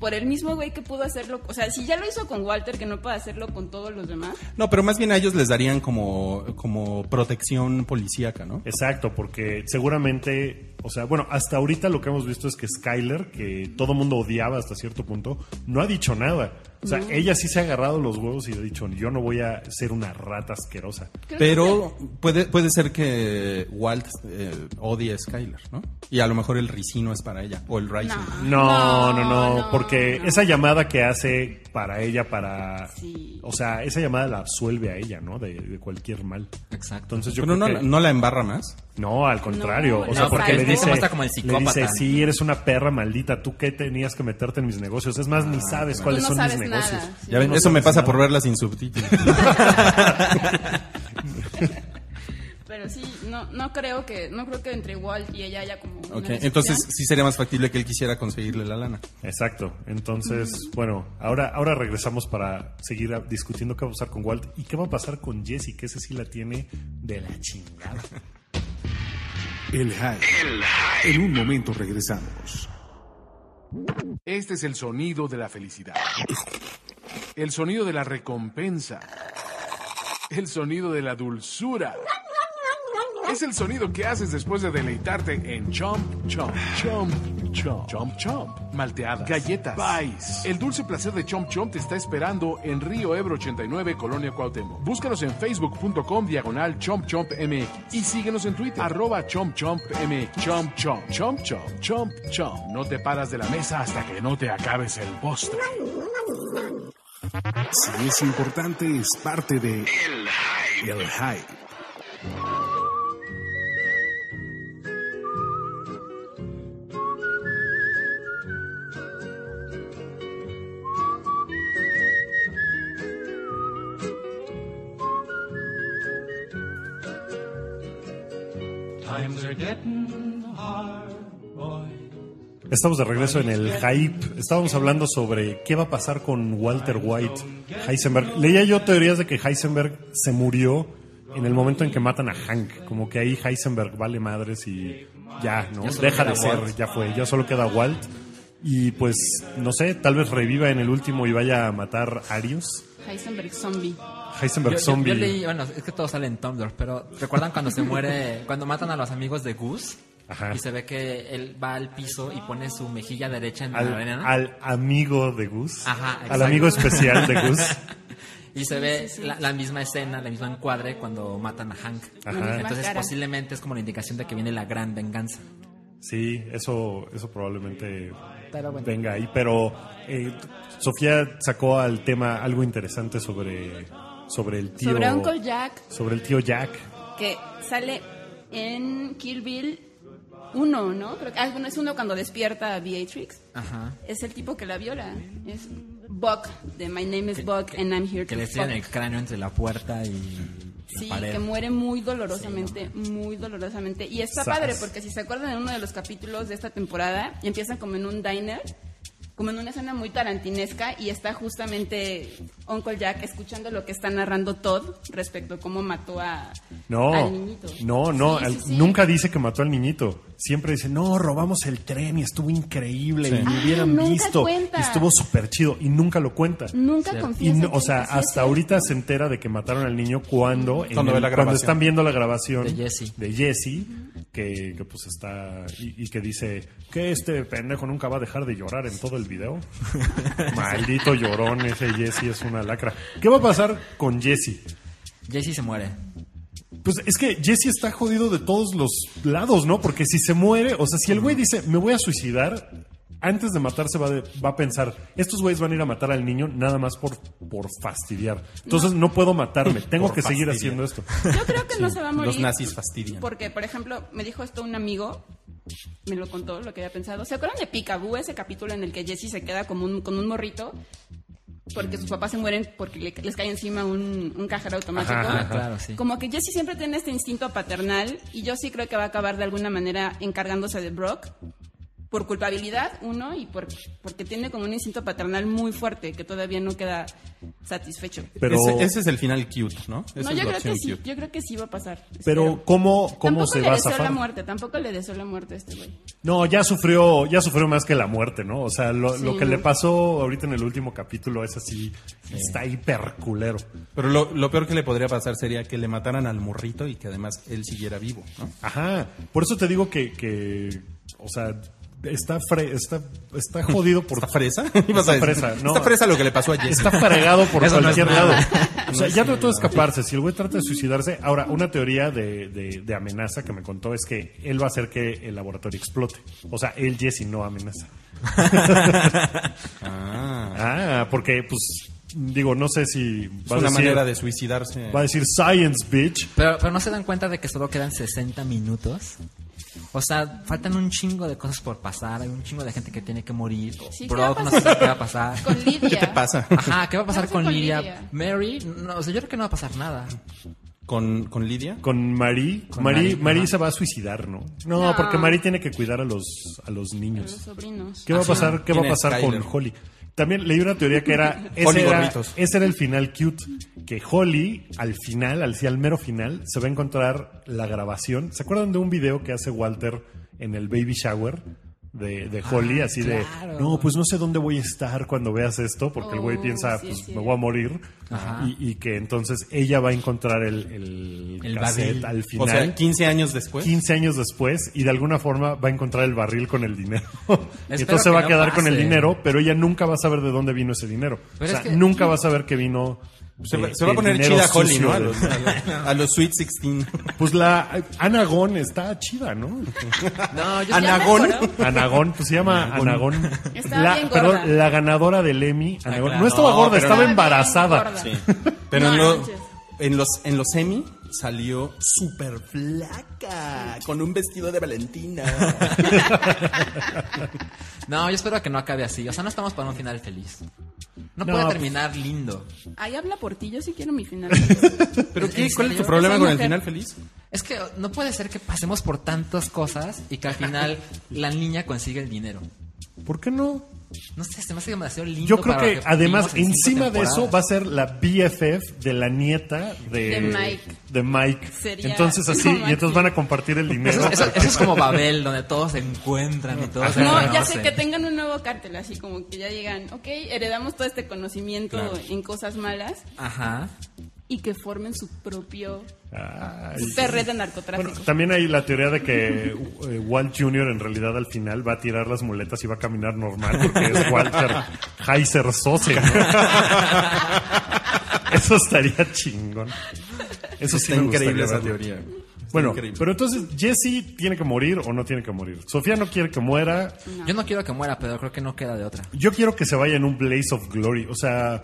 Speaker 5: por el mismo güey que pudo hacerlo. O sea, si ya lo hizo con Walter, que no puede hacerlo con todos los demás.
Speaker 4: No, pero más bien a ellos les darían como, como protección policíaca, ¿no?
Speaker 3: Exacto, porque seguramente, o sea, bueno, hasta ahorita lo que hemos visto es que Skyler, que todo mundo odiaba hasta cierto punto, no ha dicho nada. O sea, ella sí se ha agarrado los huevos y ha dicho, yo no voy a ser una rata asquerosa.
Speaker 5: Creo
Speaker 4: Pero puede, puede ser que Walt eh, odie a Skyler, ¿no? Y a lo mejor el ricino es para ella, o el
Speaker 5: que-
Speaker 4: ricino.
Speaker 3: No, no, no,
Speaker 5: no,
Speaker 3: porque
Speaker 5: no.
Speaker 3: esa llamada que hace para ella, para...
Speaker 5: Sí.
Speaker 3: O sea, esa llamada la absuelve a ella, ¿no? De, de cualquier mal.
Speaker 6: Exacto.
Speaker 3: Entonces yo
Speaker 4: Pero no,
Speaker 3: creo que...
Speaker 4: no la embarra más.
Speaker 3: No, al contrario.
Speaker 5: No,
Speaker 3: o sea,
Speaker 5: no,
Speaker 3: porque
Speaker 5: no,
Speaker 3: le
Speaker 5: no.
Speaker 3: dice,
Speaker 6: Está como el
Speaker 3: le dice,
Speaker 6: psicópata.
Speaker 3: sí, eres una perra maldita, tú qué tenías que meterte en mis negocios. Es más,
Speaker 4: Ah,
Speaker 3: ni sabes
Speaker 5: Tú
Speaker 3: cuáles
Speaker 5: no
Speaker 3: son mis
Speaker 5: sabes nada,
Speaker 3: negocios.
Speaker 5: sí.
Speaker 4: Ya ven,
Speaker 3: No
Speaker 4: eso me
Speaker 3: sabes
Speaker 4: pasa
Speaker 3: nada.
Speaker 4: por verla sin subtítulos.
Speaker 5: Pero sí, no, no creo que, no creo que entre Walt y ella haya como. una
Speaker 4: Ok,
Speaker 5: discusión.
Speaker 4: entonces sí sería más factible que él quisiera conseguirle la lana.
Speaker 3: Exacto. Entonces, bueno, ahora, ahora regresamos para seguir a- discutiendo qué va a pasar con Walt y qué va a pasar con Jesse, que ese sí la tiene de la chingada.
Speaker 7: El hype. En un momento regresamos. Este es el sonido de la felicidad. El sonido de la recompensa. El sonido de la dulzura. Es el sonido que haces después de deleitarte en Chomp Chomp. Chomp Chomp. Chomp Chomp. Malteadas. Galletas. Pies. El dulce placer de Chomp Chomp te está esperando en Río Ebro 89, Colonia Cuauhtémoc. Búscanos en facebook.com diagonal Chomp Chomp MX. Y síguenos en Twitter. Arroba Chomp Chomp MX. Chomp Chomp. Chomp Chomp. Chomp Chomp. No te paras de la mesa hasta que no te acabes el postre.
Speaker 8: Si es importante, es parte de El Hype. El Hype.
Speaker 3: Estamos de regreso en el hype. Estábamos hablando sobre qué va a pasar con Walter White, Heisenberg. Leía yo teorías de que Heisenberg se murió en el momento en que matan a Hank. Como que ahí Heisenberg vale madres y ya, ¿no?
Speaker 6: Ya solo
Speaker 3: Deja
Speaker 6: queda
Speaker 3: de ser,
Speaker 6: Walt.
Speaker 3: ya fue, ya solo queda Walt. Y pues, no sé, tal vez reviva en el último y vaya a matar a Arius.
Speaker 5: Heisenberg Zombie.
Speaker 3: Heisenberg
Speaker 6: Yo, yo-
Speaker 3: Zombie.
Speaker 6: yo leí, bueno, es que todo sale en Tumblr, pero ¿recuerdan cuando se muere, cuando matan a los amigos de Goose?
Speaker 3: Ajá.
Speaker 6: Y se ve que él va al piso y pone su mejilla derecha en la
Speaker 3: al,
Speaker 6: arena.
Speaker 3: al amigo de Gus.
Speaker 6: Ajá,
Speaker 3: al
Speaker 6: exacto.
Speaker 3: amigo especial de Gus.
Speaker 6: Y se ve La, la misma escena, el mismo encuadre cuando matan a Hank.
Speaker 3: Ajá.
Speaker 6: Entonces
Speaker 5: Máscara.
Speaker 6: posiblemente es como la indicación de que viene la gran venganza.
Speaker 3: Sí, eso, eso probablemente
Speaker 6: Pero bueno.
Speaker 3: venga ahí. Pero eh, Sofía sacó al tema algo interesante sobre, sobre el tío.
Speaker 5: Sobre Uncle Jack,
Speaker 3: sobre el tío Jack.
Speaker 5: que sale en Kill Bill 1, ¿no? Creo que, ah, bueno, es uno cuando despierta a Beatrix.
Speaker 6: Ajá.
Speaker 5: Es el tipo que la viola. Es Buck, de My Name is Buck and I'm Here
Speaker 6: Que
Speaker 5: to
Speaker 6: le tiran el
Speaker 5: Fuck.
Speaker 6: cráneo entre la puerta y la
Speaker 5: Sí,
Speaker 6: pared.
Speaker 5: que muere muy dolorosamente, muy dolorosamente. Y está
Speaker 3: Sas.
Speaker 5: padre porque si se acuerdan en uno de los capítulos de esta temporada, empiezan como en un diner, como en una escena muy tarantinesca y está justamente Uncle Jack escuchando lo que está narrando Todd respecto a cómo mató a,
Speaker 3: No,
Speaker 5: al niñito.
Speaker 3: no, no,
Speaker 5: Sí,
Speaker 3: al-
Speaker 5: sí, sí.
Speaker 3: nunca dice que mató al niñito. Siempre dice, no, robamos el tren y estuvo increíble y me
Speaker 5: Ah,
Speaker 3: hubieran
Speaker 5: nunca
Speaker 3: visto.
Speaker 5: cuenta.
Speaker 3: Y estuvo súper chido y nunca lo cuenta.
Speaker 5: Nunca
Speaker 3: Y
Speaker 5: confiesa.
Speaker 3: no- o
Speaker 5: que-
Speaker 3: sea,
Speaker 5: así es
Speaker 3: hasta
Speaker 5: él.
Speaker 3: ahorita se entera de que mataron al niño cuando, en
Speaker 4: Cuando ve la grabación.
Speaker 3: están viendo la grabación
Speaker 6: De Jesse.
Speaker 3: de Jesse, que, que, pues está y, y que dice que este pendejo nunca va a dejar de llorar en todo el video. Maldito llorón, ese Jesse es una lacra. ¿Qué va a pasar con Jesse?
Speaker 6: Jesse se muere.
Speaker 3: Pues es que Jesse está jodido de todos los lados, ¿no? Porque si se muere, o sea, si el güey dice, me voy a suicidar, antes de matarse va, de- va a pensar, estos güeyes van a ir a matar al niño nada más por, por fastidiar. Entonces no, puedo matarme, tengo
Speaker 4: Por
Speaker 3: que seguir haciendo
Speaker 4: fastidiar.
Speaker 3: esto.
Speaker 5: Yo creo que no se va a morir.
Speaker 4: Los nazis fastidian.
Speaker 5: Porque, por ejemplo, me dijo esto un amigo, me lo contó, lo que había pensado. ¿Se acuerdan de Picaboo, ese capítulo en el que Jesse se queda como un- con un morrito? Porque sus papás se mueren porque le- les cae encima un, un cajero automático.
Speaker 3: Ajá, ajá.
Speaker 6: Claro, sí.
Speaker 5: Como que Jesse siempre tiene este instinto paternal y yo sí creo que va a acabar de alguna manera encargándose de Brock. Por culpabilidad, uno, y por, porque tiene como un instinto paternal muy fuerte que todavía no queda satisfecho.
Speaker 3: Pero,
Speaker 4: Ese, ese es el final cute, ¿no? Esa
Speaker 5: No,
Speaker 4: es
Speaker 5: yo
Speaker 4: la
Speaker 5: creo que
Speaker 4: opción
Speaker 5: sí,
Speaker 4: cute.
Speaker 5: yo creo que sí va a pasar.
Speaker 3: pero
Speaker 5: Espero.
Speaker 3: ¿cómo, cómo
Speaker 5: tampoco
Speaker 3: se
Speaker 5: le
Speaker 3: va a
Speaker 5: deseo la
Speaker 3: zafar?
Speaker 5: muerte, tampoco le deseo la muerte a este güey.
Speaker 3: No, ya sufrió, ya sufrió más que la muerte, ¿no? O sea, lo, lo
Speaker 5: Sí,
Speaker 3: que
Speaker 5: ¿no?
Speaker 3: le pasó ahorita en el último capítulo es así, está hiperculero.
Speaker 4: Pero lo, lo peor que le podría pasar sería que le mataran al morrito y que además él siguiera vivo, ¿no?
Speaker 3: Ajá, por eso te digo que, que o sea, está, fre- está, está jodido por
Speaker 4: ¿Está fresa? Ibas a
Speaker 3: Está
Speaker 4: decir,
Speaker 3: fresa, no.
Speaker 4: Está fresa lo que le pasó a Jesse.
Speaker 3: Está fregado por
Speaker 6: Eso no
Speaker 3: cualquier
Speaker 6: es
Speaker 3: lado.
Speaker 6: nada.
Speaker 3: O sea, ya trató de escaparse. Si el güey trata de suicidarse, ahora, una teoría de, de- de amenaza que me contó es que él va a hacer que el laboratorio explote. O sea, él, Jesse, no amenaza.
Speaker 4: Ah,
Speaker 3: Ah, porque, pues, digo, no sé si
Speaker 4: es
Speaker 3: va a
Speaker 4: una
Speaker 3: decir,
Speaker 4: manera de suicidarse.
Speaker 3: va a decir science, bitch.
Speaker 6: Pero, pero no se dan cuenta de que solo quedan 60 minutos. O sea, faltan un chingo de cosas por pasar. Hay un chingo de gente que tiene que morir.
Speaker 5: Sí, ¿qué va
Speaker 6: Brock
Speaker 5: a
Speaker 6: no
Speaker 5: pasar?
Speaker 6: sabe qué va a pasar.
Speaker 5: Con Lidia.
Speaker 4: Ah, ¿Qué te pasa?
Speaker 6: Ajá, ¿qué va a
Speaker 5: ¿Qué
Speaker 6: pasar
Speaker 5: pasa
Speaker 6: con
Speaker 5: con
Speaker 6: Lidia?
Speaker 5: Lidia?
Speaker 6: Mary, no, o sea, yo creo que no va a pasar nada.
Speaker 4: con, con Lidia.
Speaker 3: Con Marie.
Speaker 6: Con
Speaker 3: Marie,
Speaker 6: Marie,
Speaker 3: Marie
Speaker 6: ajá.
Speaker 3: se va a suicidar, ¿no? No,
Speaker 5: No.
Speaker 3: porque Marie tiene que cuidar a los, a los
Speaker 5: a los
Speaker 3: niños.
Speaker 5: sobrinos.
Speaker 3: ¿Qué va a
Speaker 4: Ah,
Speaker 3: pasar, ¿qué va a
Speaker 4: tiene
Speaker 3: pasar con
Speaker 4: Skyler.
Speaker 3: Holly? También leí una teoría que era
Speaker 4: Holly
Speaker 3: ese, era
Speaker 4: gorritos.
Speaker 3: ese era el final cute, que Holly al final, al, sí, al mero final, se va a encontrar la grabación. ¿Se acuerdan de un video que hace Walter en el baby shower de, de Holly? así
Speaker 6: claro.
Speaker 3: de, no, pues no sé dónde voy a estar cuando veas esto, porque el güey
Speaker 5: Oh,
Speaker 3: piensa,
Speaker 5: sí,
Speaker 3: pues
Speaker 5: sí.
Speaker 3: me voy a morir.
Speaker 6: Ajá.
Speaker 3: Y, y que entonces ella va a encontrar el, el,
Speaker 6: El
Speaker 3: cassette
Speaker 6: barril.
Speaker 3: al
Speaker 4: O
Speaker 3: final.
Speaker 4: sea, 15 años después.
Speaker 3: 15 años después y de alguna forma va a encontrar el barril con el dinero. Y entonces se
Speaker 6: que
Speaker 3: va a
Speaker 6: no
Speaker 3: quedar con el
Speaker 6: pase.
Speaker 3: dinero, pero ella nunca va a saber de dónde vino ese dinero.
Speaker 6: Pero
Speaker 3: o sea,
Speaker 6: es que-
Speaker 3: nunca va a saber que vino.
Speaker 4: Se, va-
Speaker 3: eh,
Speaker 4: se va a
Speaker 3: el
Speaker 4: poner
Speaker 3: dinero
Speaker 4: chida Holly,
Speaker 3: sucio
Speaker 4: ¿no? A
Speaker 3: de-
Speaker 4: los, a los- a los Sweet 16.
Speaker 3: Pues la Anagón está chida, ¿no?
Speaker 6: No,
Speaker 5: Ah,
Speaker 6: yo
Speaker 4: Anagón.
Speaker 3: Anagón, pues se llama Anagón.
Speaker 5: Estaba
Speaker 3: La,
Speaker 5: bien gorda.
Speaker 3: perdón, la ganadora del Emmy. Anagón.
Speaker 6: claro.
Speaker 3: No estaba
Speaker 4: No,
Speaker 3: gorda,
Speaker 4: Ah, pero-
Speaker 3: estaba
Speaker 5: bien
Speaker 3: embarazada.
Speaker 5: gorda.
Speaker 4: Sí. Pero en,
Speaker 5: No,
Speaker 4: lo-
Speaker 5: manches.
Speaker 4: en los en los semi salió súper flaca, con un vestido de Valentina.
Speaker 6: No, yo espero que no acabe así. O sea, no estamos para un final feliz. No,
Speaker 3: No,
Speaker 6: puede
Speaker 3: pues-
Speaker 6: terminar lindo.
Speaker 5: Ahí habla por ti, yo sí quiero mi final.
Speaker 4: ¿Pero
Speaker 6: ¿En
Speaker 4: qué? ¿Cuál es tu
Speaker 6: serio?
Speaker 4: problema
Speaker 5: Esa
Speaker 4: con el
Speaker 5: mujer.
Speaker 4: final feliz?
Speaker 6: Es que no puede ser que pasemos por tantas cosas y que al final la niña consiga el dinero.
Speaker 3: ¿Por qué no?
Speaker 6: No sé, se me hace demasiado lindo.
Speaker 3: Yo creo
Speaker 6: para
Speaker 3: que
Speaker 6: lo
Speaker 3: además
Speaker 6: vimos en cinco
Speaker 3: encima de eso va a
Speaker 6: temporadas.
Speaker 3: ser la BFF de la nieta de,
Speaker 5: De Mike.
Speaker 3: de Mike.
Speaker 5: Sería-
Speaker 3: entonces así,
Speaker 5: no
Speaker 3: y
Speaker 5: manches.
Speaker 3: entonces van a compartir el dinero.
Speaker 6: Eso, eso- eso es como Babel, donde todos se encuentran y todos se
Speaker 5: No, ya sé
Speaker 6: conocen.
Speaker 5: que tengan un nuevo cártel, así como que ya llegan, ok, heredamos todo este conocimiento en cosas malas
Speaker 6: Ajá.
Speaker 5: y que formen su propio
Speaker 3: Ay.
Speaker 5: super red de
Speaker 3: Bueno,
Speaker 5: narcotráfico.
Speaker 3: también hay la teoría de que eh, Walt Jr. en realidad al final va a tirar las muletas y va a caminar normal porque es Walter Heiser Sose. ¿no? Eso estaría chingón. Eso sí
Speaker 4: Está
Speaker 3: me gustaría
Speaker 4: increíble esa
Speaker 3: verlo.
Speaker 4: teoría. Está
Speaker 3: Bueno,
Speaker 4: increíble.
Speaker 3: pero entonces Jesse tiene que morir o no tiene que morir. Sofía no quiere que muera.
Speaker 6: Yo no quiero que muera, pero creo que no queda de otra.
Speaker 3: Yo quiero que se vaya en un blaze of glory. O sea,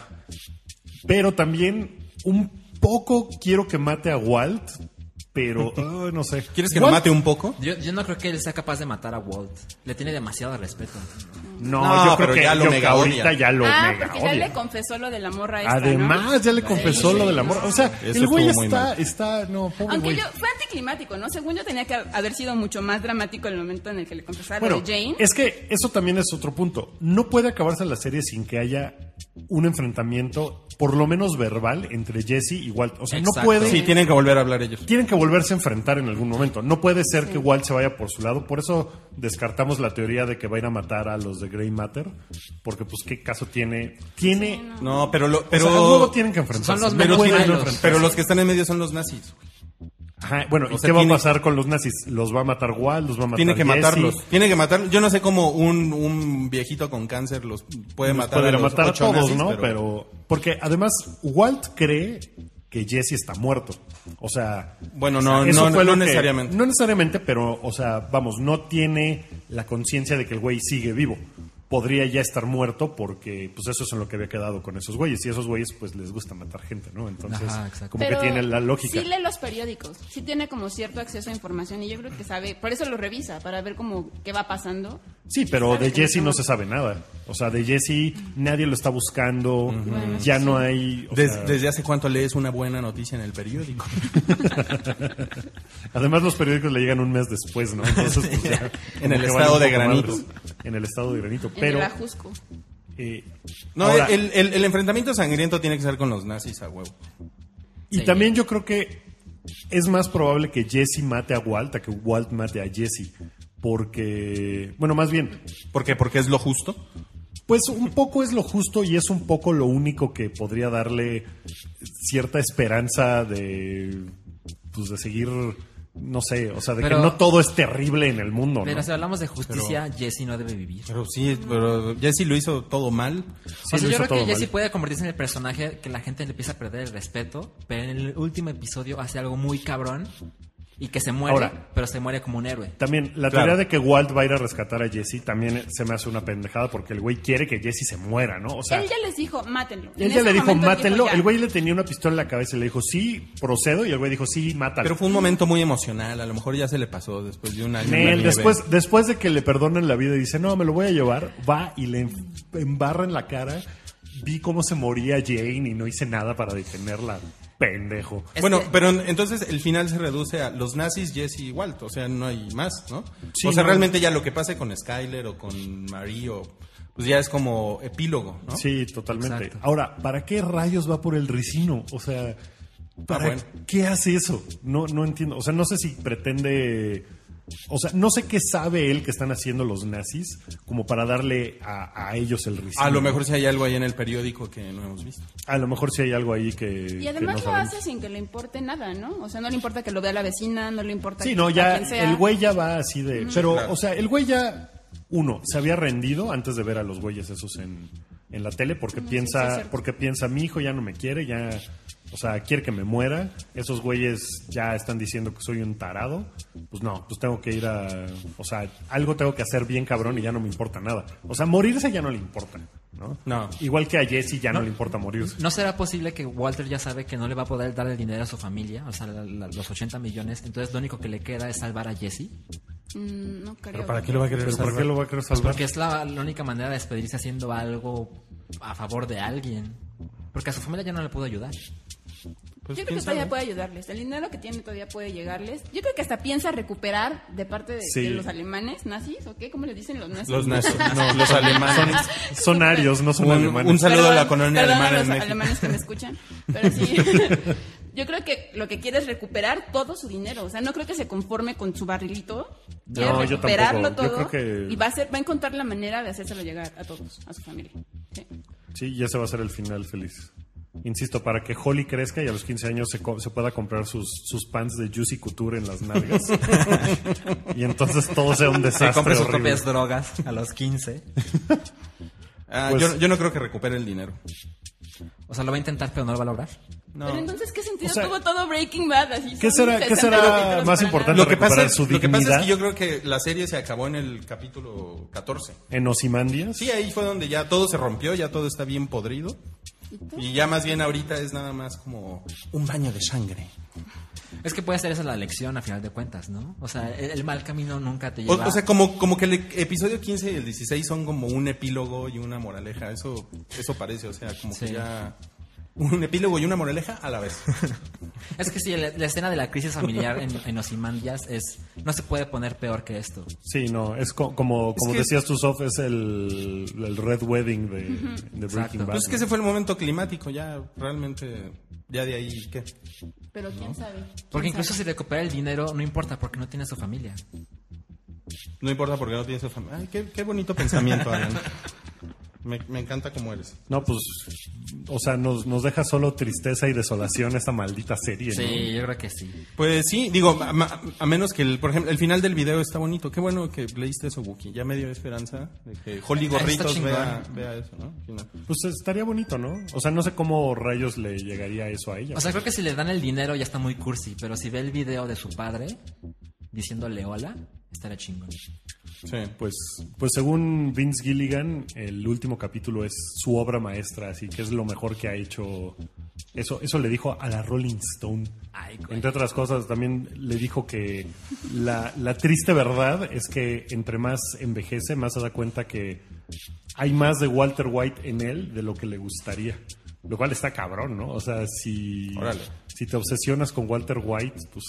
Speaker 3: pero también un poco quiero que mate a Walt, pero ah, no sé.
Speaker 4: ¿Quieres que lo
Speaker 3: Walt-
Speaker 4: mate un poco?
Speaker 6: Yo, yo no creo que él sea capaz de matar a Walt. Le tiene demasiado respeto.
Speaker 3: No,
Speaker 4: No,
Speaker 3: yo creo
Speaker 4: pero
Speaker 3: que
Speaker 4: ya lo
Speaker 3: yo que
Speaker 4: mega
Speaker 3: ahorita
Speaker 4: odia.
Speaker 3: ya lo
Speaker 5: ah,
Speaker 3: mega
Speaker 5: porque ya
Speaker 3: odia.
Speaker 5: le confesó lo de la morra esta, ¿no?
Speaker 3: Además, ya le confesó
Speaker 5: Sí,
Speaker 3: lo del
Speaker 5: sí,
Speaker 3: amor.
Speaker 5: sí.
Speaker 3: O sea,
Speaker 4: Eso
Speaker 3: el güey
Speaker 4: estuvo muy
Speaker 3: está,
Speaker 4: mal.
Speaker 3: está, no, pobre
Speaker 5: Aunque
Speaker 3: güey.
Speaker 5: yo, fue anticlimático, ¿no? Según yo tenía que haber sido mucho más dramático el momento en el que le confesaron
Speaker 3: Bueno,
Speaker 5: de Jane.
Speaker 3: es que eso también es otro punto. No puede acabarse la serie sin que haya un enfrentamiento, por lo menos verbal, entre Jesse y Walt. O sea, no
Speaker 6: Exacto.
Speaker 3: puede.
Speaker 4: Sí, tienen que volver a hablar ellos.
Speaker 3: tienen que volverse a enfrentar en algún momento. No puede ser que Walt se vaya por su lado. Por eso descartamos la teoría de que va a ir a matar a los de Grey Matter. Porque, pues, ¿qué caso tiene? Tiene.
Speaker 4: No, pero lo,
Speaker 3: Pero
Speaker 4: pero,
Speaker 3: luego tienen que enfrentarse.
Speaker 6: Son los
Speaker 3: No
Speaker 6: menos
Speaker 3: pueden no
Speaker 6: malos.
Speaker 3: enfrentarse.
Speaker 4: pero los que están en medio son los nazis.
Speaker 3: Ajá, bueno, ¿y
Speaker 4: O sea,
Speaker 3: qué va a
Speaker 4: tiene-
Speaker 3: pasar con los nazis? ¿Los va a matar Walt? ¿Los va a matar
Speaker 4: Tiene que
Speaker 3: Jesse?
Speaker 4: matarlos. Tiene que matarlos. Yo no sé cómo un, un viejito con cáncer los puede
Speaker 3: Los
Speaker 4: matar
Speaker 3: pueden
Speaker 4: a los
Speaker 3: matar a
Speaker 4: ocho
Speaker 3: todos,
Speaker 4: nazis,
Speaker 3: ¿no? Pero...
Speaker 4: pero-
Speaker 3: Porque además Walt cree que Jesse está muerto. O sea...
Speaker 4: Bueno,
Speaker 3: o sea,
Speaker 4: no,
Speaker 3: eso
Speaker 4: no,
Speaker 3: fue
Speaker 4: no
Speaker 3: lo que-
Speaker 4: necesariamente.
Speaker 3: no necesariamente, pero, o sea, vamos, no tiene la conciencia de que el güey sigue vivo. Podría ya estar muerto porque, pues, eso es en lo que había quedado con esos güeyes. Y esos güeyes, pues, les gusta matar gente, ¿no? Entonces,
Speaker 6: Ajá, exacto.
Speaker 3: como
Speaker 5: Pero
Speaker 3: que tiene la lógica.
Speaker 5: Sí lee los periódicos, sí tiene como cierto acceso a información y yo creo que sabe, por eso lo revisa, para ver como qué va pasando.
Speaker 3: Sí, pero
Speaker 5: Sabe
Speaker 3: de
Speaker 5: que
Speaker 3: Jesse no
Speaker 5: estamos-
Speaker 3: se sabe nada. O sea, de Jesse nadie lo está buscando. Ya no hay. o
Speaker 4: Des-
Speaker 3: sea,
Speaker 4: ¿Desde hace cuánto lees una buena noticia en el periódico?
Speaker 3: Además, los periódicos le llegan un mes después, ¿no? Entonces, pues, ya,
Speaker 4: En
Speaker 3: como
Speaker 4: el
Speaker 3: que vale
Speaker 4: estado
Speaker 3: un
Speaker 4: de
Speaker 3: poco
Speaker 4: granito.
Speaker 3: madres. En el estado de granito.
Speaker 5: En
Speaker 3: Pero.
Speaker 5: el ajusco.
Speaker 3: eh,
Speaker 4: No,
Speaker 3: ahora,
Speaker 4: el, el- el enfrentamiento sangriento tiene que ser con los nazis a huevo.
Speaker 3: Y
Speaker 6: Sí.
Speaker 3: también yo creo que es más probable que Jesse mate a Walt a que Walt mate a Jesse. Porque. Bueno, más bien,
Speaker 4: ¿Por qué? Porque es lo justo.
Speaker 3: Pues un poco es lo justo y es un poco lo único que podría darle cierta esperanza de pues de seguir no sé, o sea, de
Speaker 6: Pero-
Speaker 3: que no todo es terrible en el mundo, ¿no?
Speaker 6: Pero si hablamos de justicia, Jesse no debe vivir.
Speaker 4: Pero sí, pero Jesse lo hizo todo mal.
Speaker 3: Sí,
Speaker 6: o sea,
Speaker 3: lo
Speaker 6: yo
Speaker 3: hizo
Speaker 6: creo que
Speaker 3: todo
Speaker 6: Jesse
Speaker 3: mal.
Speaker 6: puede convertirse en el personaje que la gente le empieza a perder el respeto, pero en el último episodio hace algo muy cabrón y que se muere,
Speaker 3: Ahora.
Speaker 6: pero se muere como un héroe.
Speaker 3: También la
Speaker 4: Claro.
Speaker 3: teoría de que Walt va a ir a rescatar a Jesse también eh, se me hace una pendejada porque el güey quiere que Jesse se muera, ¿no? O sea,
Speaker 5: él ya les dijo, mátenlo. En
Speaker 3: él ya
Speaker 5: ese
Speaker 3: le dijo,
Speaker 5: momento
Speaker 3: mátenlo.
Speaker 5: ya.
Speaker 3: el güey le tenía una pistola en la cabeza y le dijo, sí, procedo. Y el güey dijo, sí, mátalo.
Speaker 4: Pero fue un momento muy emocional. A lo mejor ya se le pasó después de un año.
Speaker 3: Nel,
Speaker 4: una
Speaker 3: después,
Speaker 4: nieve.
Speaker 3: después de que le perdonan la vida y dice, no, me lo voy a llevar, va y le embarra en la cara. Vi cómo se moría Jane y no hice nada para detenerla. pendejo.
Speaker 6: Es
Speaker 4: bueno,
Speaker 6: que-
Speaker 4: pero entonces el final se reduce a los nazis, Jesse y Walt, o sea, no hay más, ¿no?
Speaker 3: Sí,
Speaker 4: o sea,
Speaker 3: no.
Speaker 4: realmente ya lo que pase con Skyler o con Marie, o, pues ya es como epílogo, ¿no?
Speaker 3: Sí, totalmente.
Speaker 6: Exacto.
Speaker 3: Ahora, ¿para qué rayos va por el ricino? O sea, ¿para
Speaker 4: Ah, bueno.
Speaker 3: qué hace eso? No, no entiendo. O sea, no sé si pretende. O sea, no sé qué sabe él que están haciendo los nazis como para darle a, a ellos el ricino.
Speaker 4: A lo mejor si hay algo ahí en el periódico que no hemos visto.
Speaker 3: A lo mejor sí hay algo ahí que.
Speaker 5: Y
Speaker 3: que
Speaker 5: además
Speaker 3: no
Speaker 5: lo
Speaker 3: sabemos.
Speaker 5: hace sin que le importe nada, ¿no? O sea, no le importa que lo vea la vecina, no le importa
Speaker 3: Sí,
Speaker 5: que-
Speaker 3: no,
Speaker 5: a
Speaker 3: ya.
Speaker 5: quien sea.
Speaker 3: El güey ya va así de. Pero,
Speaker 4: Claro.
Speaker 3: o sea, el güey ya. Uno, se había rendido antes de ver a los güeyes esos en, en la tele porque
Speaker 5: sí, es
Speaker 3: piensa,
Speaker 5: cierto.
Speaker 3: porque piensa, mi hijo ya no me quiere, ya. O sea, quiere que me muera. Esos güeyes ya están diciendo que soy un tarado. Pues no, pues tengo que ir a. O sea, algo tengo que hacer bien cabrón y ya no me importa nada. O sea, morirse ya no le importa, ¿no?
Speaker 4: No.
Speaker 3: Igual que a Jesse ya no, le importa morirse.
Speaker 6: ¿No será posible que Walter ya sabe que no le va a poder dar el dinero a su familia? O sea, la- la- los 80 millones. Entonces lo único que le queda es salvar a Jesse.
Speaker 5: Mm, no creo.
Speaker 4: lo va a Pues
Speaker 3: ¿Pero por qué lo va a querer salvar?
Speaker 6: Porque es la, la única manera de despedirse haciendo algo a favor de alguien. Porque a su familia ya no le pudo ayudar.
Speaker 4: Pues,
Speaker 5: Yo creo
Speaker 4: quién
Speaker 5: que todavía
Speaker 4: sabe.
Speaker 5: puede ayudarles. El dinero que tiene todavía puede llegarles. Yo creo que hasta piensa recuperar de parte de,
Speaker 3: Sí.
Speaker 5: de los alemanes, nazis, ¿o qué? ¿Cómo les dicen los nazis?
Speaker 4: Los nazis, no, los alemanes.
Speaker 3: Son arios, no son
Speaker 4: Un-
Speaker 3: alemanes.
Speaker 4: un saludo a la colonia
Speaker 5: perdón
Speaker 4: alemana
Speaker 5: a
Speaker 4: en
Speaker 5: los
Speaker 4: México.
Speaker 5: alemanes que me escuchan. Pero sí. Yo creo que lo que quiere es recuperar todo su dinero. O sea, no creo que se conforme con su barrilito. Quiere
Speaker 3: No, yo
Speaker 5: recuperarlo
Speaker 3: tampoco. Yo
Speaker 5: todo.
Speaker 3: creo que-
Speaker 5: Y va a, ser, va a encontrar la manera de hacérselo llegar a todos, a su familia. Sí.
Speaker 3: Sí, y ese va a ser el final feliz. Insisto, para que Holly crezca y a los 15 años se, co- se pueda comprar sus, sus pants de Juicy Couture en las nalgas. y entonces todo sea un
Speaker 6: Se
Speaker 3: desastre.
Speaker 6: compra sus
Speaker 3: horrible.
Speaker 6: propias drogas a los 15.
Speaker 4: Ah,
Speaker 3: Pues-
Speaker 4: yo, yo no creo que recupere el dinero.
Speaker 6: O sea, lo va a intentar, pero no lo va a lograr.
Speaker 4: No.
Speaker 5: Pero entonces, ¿qué sentido
Speaker 3: O sea,
Speaker 5: tuvo todo Breaking Bad? Así,
Speaker 3: ¿qué
Speaker 5: son
Speaker 3: será- qué
Speaker 5: 60
Speaker 3: será
Speaker 5: capítulos
Speaker 3: más
Speaker 5: para
Speaker 3: importante?
Speaker 4: Lo que, pasa
Speaker 3: recuperar
Speaker 4: es,
Speaker 3: su
Speaker 4: lo que pasa es
Speaker 3: dignidad.
Speaker 4: que yo creo que la serie se acabó en el capítulo 14.
Speaker 3: En Osimandias.
Speaker 4: Sí, ahí fue donde ya todo se rompió, ya todo está bien podrido. Y ya más bien ahorita es nada más como un baño de sangre.
Speaker 6: Es que puede ser esa la lección a final de cuentas, ¿no? O sea, el, el mal camino nunca te
Speaker 4: O,
Speaker 6: lleva.
Speaker 4: o sea, como, como que el episodio 15 y el 16 son como un epílogo y una moraleja. Eso, eso parece, o sea, como que
Speaker 6: Sí.
Speaker 4: ya. Un epílogo y una moraleja a la vez.
Speaker 6: Es que sí, la, la escena de la crisis familiar en, en Ozymandias es. No se puede poner peor que esto.
Speaker 3: Sí, no, es co- como, como
Speaker 4: que-
Speaker 3: decías tú, Sof, es el, el Red Wedding de, de Breaking
Speaker 6: Exacto.
Speaker 3: Bad.
Speaker 4: Pues es que ese fue el momento climático, ya realmente. Ya de ahí, ¿qué?
Speaker 5: Pero quién sabe. ¿Quién
Speaker 6: Porque incluso
Speaker 5: sabe?
Speaker 6: si recupera el dinero, no importa, porque no tiene a su familia.
Speaker 4: No importa porque no tienes su familia. Ay, qué, qué bonito pensamiento, Alan. Me, me encanta cómo eres.
Speaker 3: No, pues, o sea, nos, nos deja solo tristeza y desolación esta maldita serie. ¿no?
Speaker 6: Sí, yo creo que sí.
Speaker 4: Pues sí, digo, a, ma- a menos que, el, por ejemplo, el final del video está bonito. Qué bueno que leíste eso, Buki. Ya me dio esperanza de que Holly
Speaker 6: Está
Speaker 4: Gorritos
Speaker 6: chingón.
Speaker 4: vea, vea eso, ¿no? Al final.
Speaker 3: Pues estaría bonito, ¿no? O sea, no sé cómo rayos le llegaría eso a ella.
Speaker 6: O sea, creo que si le dan el dinero ya está muy cursi, pero si ve el video de su padre diciéndole hola, estará chingón.
Speaker 4: Sí.
Speaker 3: Pues, pues según Vince Gilligan, el último capítulo es su obra maestra, así que es lo mejor que ha hecho. Eso, eso le dijo a la Rolling Stone.
Speaker 6: Ay, güey.
Speaker 3: Entre otras cosas, también le dijo que la, la triste verdad es que entre más envejece, más se da cuenta que hay más de Walter White en él de lo que le gustaría. Lo cual está cabrón, ¿no? O sea, si,
Speaker 4: Órale.
Speaker 3: si te obsesionas con Walter White pues,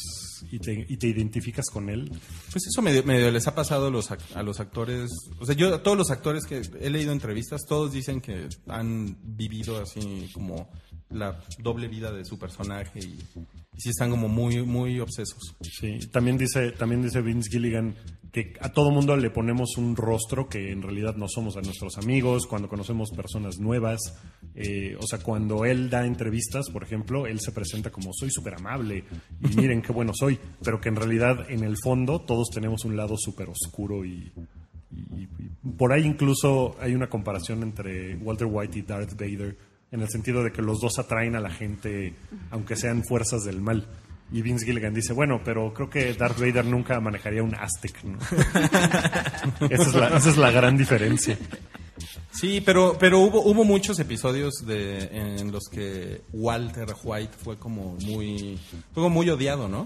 Speaker 3: y, te, y te identificas con él,
Speaker 4: Pues eso medio, medio les ha pasado a los, ac- a los actores. O sea, yo a todos los actores que he leído entrevistas, todos dicen que han vivido así como la doble vida de su personaje y, y sí están como muy, muy obsesos.
Speaker 3: Sí, también dice, también dice Vince Gilligan que a todo mundo le ponemos un rostro que en realidad no somos a nuestros amigos, cuando conocemos personas nuevas. eh, o sea, cuando él da entrevistas, por ejemplo, él se presenta como soy súper amable y miren qué bueno soy, pero que en realidad en el fondo todos tenemos un lado súper oscuro y, y- y por ahí incluso hay una comparación entre Walter White y Darth Vader en el sentido de que los dos atraen a la gente aunque sean fuerzas del mal. Y Vince Gilligan dice, bueno, pero creo que Darth Vader nunca manejaría un Aztec, ¿no? esa, es la, esa es la gran diferencia.
Speaker 4: Sí, pero, pero hubo, hubo muchos episodios de, en los que Walter White fue como muy, fue como muy odiado, ¿no?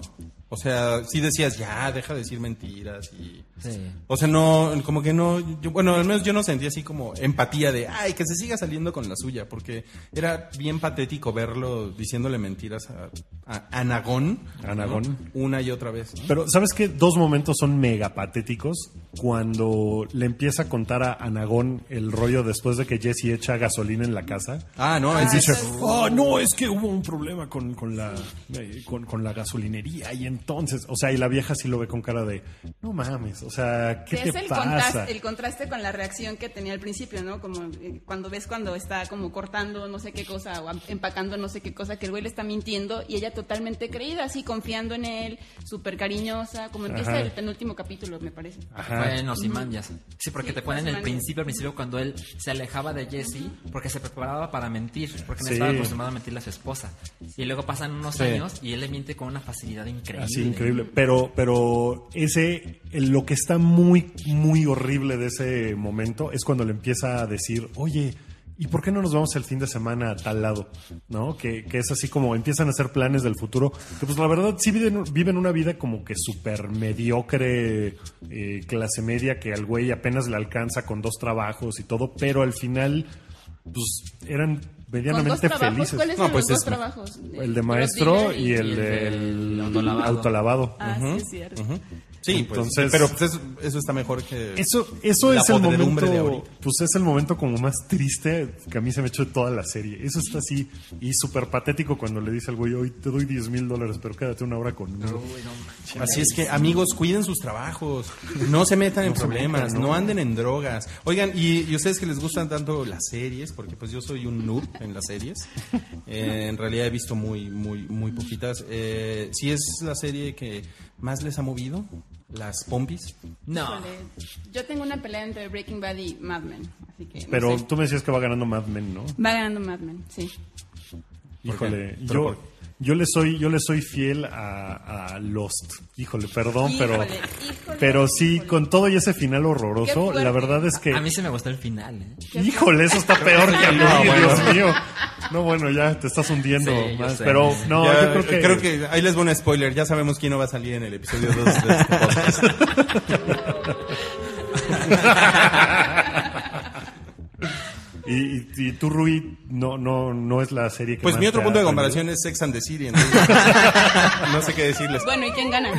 Speaker 4: O sea, sí decías, ya, deja de decir mentiras y...
Speaker 6: Sí.
Speaker 4: O sea, no, como que no, yo- bueno, al menos yo no sentía así como empatía de, ay, que se siga saliendo con la suya, porque era bien patético verlo diciéndole mentiras a, a Anagón.
Speaker 3: Anagón.
Speaker 4: ¿no? Una y otra vez. ¿no?
Speaker 3: Pero ¿sabes qué? Dos momentos son mega patéticos. Cuando le empieza a contar a Anagón el rollo después de que Jesse echa gasolina en la casa.
Speaker 4: Ah, no, es
Speaker 3: Dice,
Speaker 4: dicho,
Speaker 3: oh, no, es que hubo un problema con, con la, eh, con, con la gasolinería y entonces, o sea, y la vieja sí lo ve con cara de, no mames, o sea, ¿qué
Speaker 5: Que
Speaker 3: te
Speaker 5: es el
Speaker 3: pasa?
Speaker 5: contraste, el contraste con la reacción que tenía al principio, ¿no? Como eh, cuando ves cuando está como cortando no sé qué cosa o am- empacando no sé qué cosa, que el güey le está mintiendo y ella totalmente creída, así confiando en él, súper cariñosa, como empieza
Speaker 3: Ajá.
Speaker 5: el penúltimo capítulo, me parece.
Speaker 3: Ajá.
Speaker 6: Bueno, Ozymandias. Sí, porque
Speaker 5: Sí,
Speaker 6: te ponen el
Speaker 5: Ozymandias.
Speaker 6: principio, al principio cuando él se alejaba de Jesse, porque se preparaba para mentir, porque no
Speaker 3: Sí.
Speaker 6: estaba acostumbrado a mentirle a su esposa. Y luego pasan unos
Speaker 4: Sí.
Speaker 6: años y él le miente con una facilidad increíble.
Speaker 3: Así increíble. Pero, pero ese, el- lo que está muy, muy horrible de ese momento es cuando le empieza a decir, oye, ¿y por qué no nos vamos el fin de semana a tal lado? ¿No? Que, que es así como empiezan a hacer planes del futuro. Que pues la verdad sí viven, viven una vida como que súper mediocre, eh, clase media, que al güey apenas le alcanza con dos trabajos y todo, pero al final, pues eran
Speaker 5: Con dos
Speaker 3: medianamente
Speaker 5: trabajos,
Speaker 3: felices.
Speaker 5: ¿cuáles
Speaker 4: No,
Speaker 5: son
Speaker 4: pues
Speaker 5: los
Speaker 4: es-
Speaker 5: dos trabajos?
Speaker 3: El de maestro
Speaker 5: Drop
Speaker 3: y
Speaker 5: dinner
Speaker 3: el del
Speaker 6: del autolavado.
Speaker 3: autolavado.
Speaker 5: Ah, sí, es cierto.
Speaker 4: sí, pues,
Speaker 3: Entonces-
Speaker 4: pero pues, eso, eso está mejor que...
Speaker 3: Eso, eso
Speaker 4: La
Speaker 3: es el momento.
Speaker 4: podredumbre de ahorita.
Speaker 3: pues es el momento como más triste que a mí se me echó de toda la serie. Eso está así y súper patético cuando le dice al güey, hoy te doy 10 mil dólares, pero quédate una hora conmigo.
Speaker 6: Uy, no manches.
Speaker 4: Así es que, amigos, cuiden sus trabajos. No se metan en problemas,
Speaker 3: metan, ¿no?
Speaker 4: no. anden en drogas. Oigan, y, y ustedes que les gustan tanto las series, porque pues yo soy un noob en las series. Eh, en realidad he visto muy, muy, muy poquitas. Eh, si es la serie que más les ha movido, las pompis.
Speaker 6: No.
Speaker 5: Híjole, Yo tengo una pelea entre Breaking Bad y Mad Men, así que no
Speaker 3: Pero
Speaker 5: sé.
Speaker 3: tú me decías que va ganando Mad Men, ¿no?
Speaker 5: va ganando Mad Men, sí.
Speaker 4: ¿Por qué?
Speaker 3: Híjole,
Speaker 4: ¿Pero
Speaker 3: yo,
Speaker 4: por qué?
Speaker 3: yo le soy, yo le soy fiel a, a Lost. Híjole, perdón, pero,
Speaker 5: Híjole, híjole,
Speaker 3: pero sí,
Speaker 5: híjole.
Speaker 3: con todo y ese final
Speaker 5: Qué
Speaker 3: horroroso,
Speaker 5: fuerte.
Speaker 3: la verdad es que
Speaker 6: A mí se me gustó el final, ¿eh?
Speaker 3: Híjole, eso está peor que a mí,
Speaker 4: No, bueno.
Speaker 3: Dios mío. No, bueno, ya te estás hundiendo
Speaker 6: Sí, yo
Speaker 3: más.
Speaker 6: sé.
Speaker 3: Pero no,
Speaker 4: Ya,
Speaker 3: yo creo que,
Speaker 4: ahí les voy un spoiler. Ya sabemos quién no va a salir en el episodio 2 de este podcast.
Speaker 3: Y, y- y tú, Rui, no, no, no es la serie que
Speaker 4: Pues
Speaker 3: más
Speaker 4: mi otro
Speaker 3: te
Speaker 4: punto de
Speaker 3: ha-
Speaker 4: comparación es Sex and the City. entonces, no sé qué decirles.
Speaker 5: Bueno, ¿y quién gana?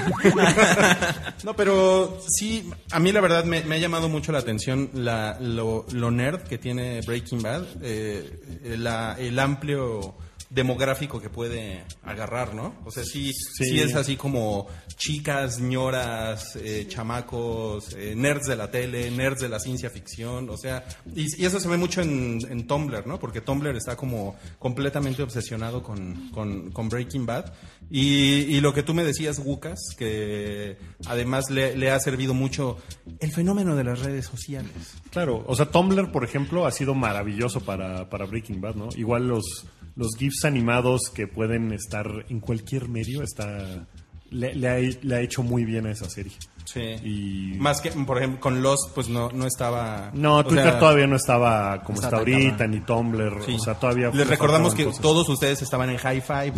Speaker 4: No, pero sí, a mí la verdad me, me ha llamado mucho la atención la, lo, lo nerd que tiene Breaking Bad, eh, la- el amplio demográfico que puede agarrar, ¿no? O sea, sí, sí. es así como chicas, ñoras, eh, chamacos, eh, nerds de la tele, nerds de la ciencia ficción, o sea, y, y eso se ve mucho en, en Tumblr, ¿no? Porque Tumblr está como completamente obsesionado con, con- con Breaking Bad. Y, y lo que tú me decías, Wukas, que además le, le ha servido mucho el fenómeno de las redes sociales.
Speaker 3: Claro, o sea, Tumblr, por ejemplo, ha sido maravilloso para, para Breaking Bad, ¿no? Igual los, los GIFs animados que pueden estar en cualquier medio, está, le, le ha, le ha hecho muy bien a esa serie.
Speaker 4: Sí.
Speaker 3: Y-
Speaker 4: Más que, por ejemplo, con Lost, pues no, no estaba...
Speaker 3: No,
Speaker 4: o
Speaker 3: Twitter
Speaker 4: sea,
Speaker 3: todavía no estaba como
Speaker 6: Está
Speaker 3: está
Speaker 6: tan
Speaker 3: ahorita,
Speaker 6: cabrón.
Speaker 3: ni Tumblr,
Speaker 4: sí.
Speaker 3: o sea, todavía...
Speaker 4: Les recordamos
Speaker 3: faltaban
Speaker 4: que
Speaker 3: cosas.
Speaker 4: todos ustedes estaban en High Five.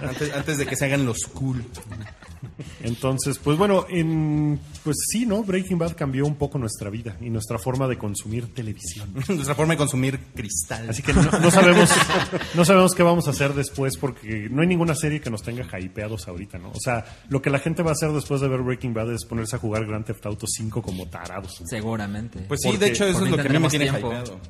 Speaker 4: antes, antes de que se hagan los cool.
Speaker 3: Entonces, pues bueno, en, pues sí, ¿no? Breaking Bad cambió un poco nuestra vida y nuestra forma de consumir televisión.
Speaker 4: Nuestra forma de consumir cristal.
Speaker 3: Así que no, no sabemos no sabemos qué vamos a hacer después porque no hay ninguna serie que nos tenga hypeados ahorita, ¿no? O sea, lo que la gente va a hacer después de ver Breaking Bad es ponerse a jugar Grand Theft Auto 5 como tarados.
Speaker 6: Seguramente.
Speaker 4: Pues sí,
Speaker 3: Porque-
Speaker 4: de hecho eso
Speaker 6: porque
Speaker 4: es lo que a mí me
Speaker 6: tendremos
Speaker 4: tiene
Speaker 6: tiempo.
Speaker 4: hypeado.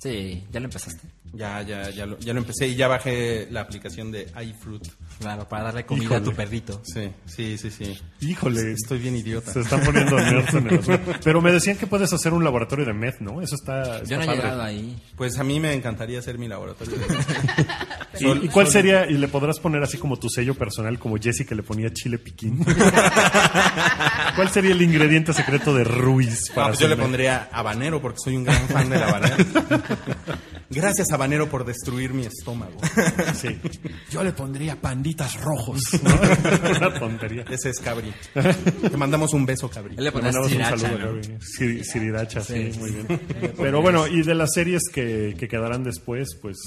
Speaker 6: Sí, ya lo empezaste.
Speaker 4: Ya, ya, ya lo, ya lo empecé y ya bajé la aplicación de iFruit.
Speaker 6: Claro, para darle comida a tu
Speaker 3: Híjole.
Speaker 6: perrito.
Speaker 4: Sí, sí, sí, sí.
Speaker 3: Híjole,
Speaker 4: Estoy bien idiota.
Speaker 3: se están poniendo nerds en el asunto. Pero me decían que puedes hacer un laboratorio de meth, ¿no? Eso está, está
Speaker 6: Yo no he
Speaker 3: padre.
Speaker 6: llegado ahí.
Speaker 4: Pues a mí me encantaría hacer mi laboratorio. pues de-
Speaker 3: ¿Y, y cuál sería? Y le podrás poner así como tu sello personal, como Jesse que le ponía chile piquín. ¿Cuál sería el ingrediente secreto de Ruiz?
Speaker 4: Ah, pues yo le
Speaker 3: hacerme?
Speaker 4: pondría habanero porque soy un gran fan del habanero. Gracias habanero por destruir mi estómago.
Speaker 3: Sí. Yo le pondría panditas rojos. ¿no? Una tontería.
Speaker 4: Ese es Cabri. Te mandamos un beso, Cabri.
Speaker 6: Él le
Speaker 3: Le
Speaker 6: pondrás
Speaker 3: mandamos un
Speaker 6: sriracha,
Speaker 3: saludo,
Speaker 6: ¿no?
Speaker 3: Gaby. Sir- Siriracha, sí,
Speaker 6: Sí.
Speaker 3: muy bien. Pero bueno, y de las series que, que quedarán después, pues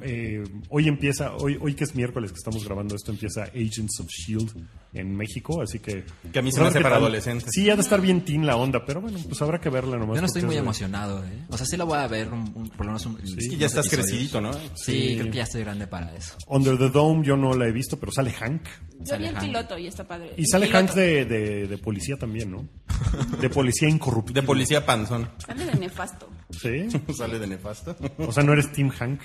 Speaker 3: eh, hoy empieza, hoy, hoy que es miércoles que estamos grabando esto, empieza Agents of Shield E en México, así que...
Speaker 4: Que a mí
Speaker 3: pues,
Speaker 4: se me
Speaker 3: ver
Speaker 4: hace
Speaker 3: qué
Speaker 4: para
Speaker 3: tal.
Speaker 4: adolescentes.
Speaker 3: Sí, ha de estar bien teen la onda, pero bueno, pues habrá que verla nomás.
Speaker 6: Yo no estoy
Speaker 3: porque
Speaker 6: muy
Speaker 3: es de-
Speaker 6: emocionado, ¿eh? O sea, sí la voy a ver, un- un- por lo menos un.
Speaker 4: Es que
Speaker 6: unos
Speaker 4: ya estás
Speaker 6: episodios.
Speaker 4: crecidito, ¿no?
Speaker 6: Sí,
Speaker 3: Sí.
Speaker 6: creo que ya estoy grande para eso.
Speaker 3: Under the Dome yo no la he visto, pero sale Hank.
Speaker 5: Yo
Speaker 6: Sale
Speaker 5: vi el
Speaker 6: Hank.
Speaker 5: piloto y está padre.
Speaker 3: Y
Speaker 5: El
Speaker 3: sale
Speaker 5: piloto.
Speaker 3: Hank de, de- de policía también, ¿no? De policía incorruptible.
Speaker 4: De policía panzón.
Speaker 5: Sale de nefasto.
Speaker 3: Sí.
Speaker 4: Sale de nefasto.
Speaker 3: O sea, no eres Team Hank.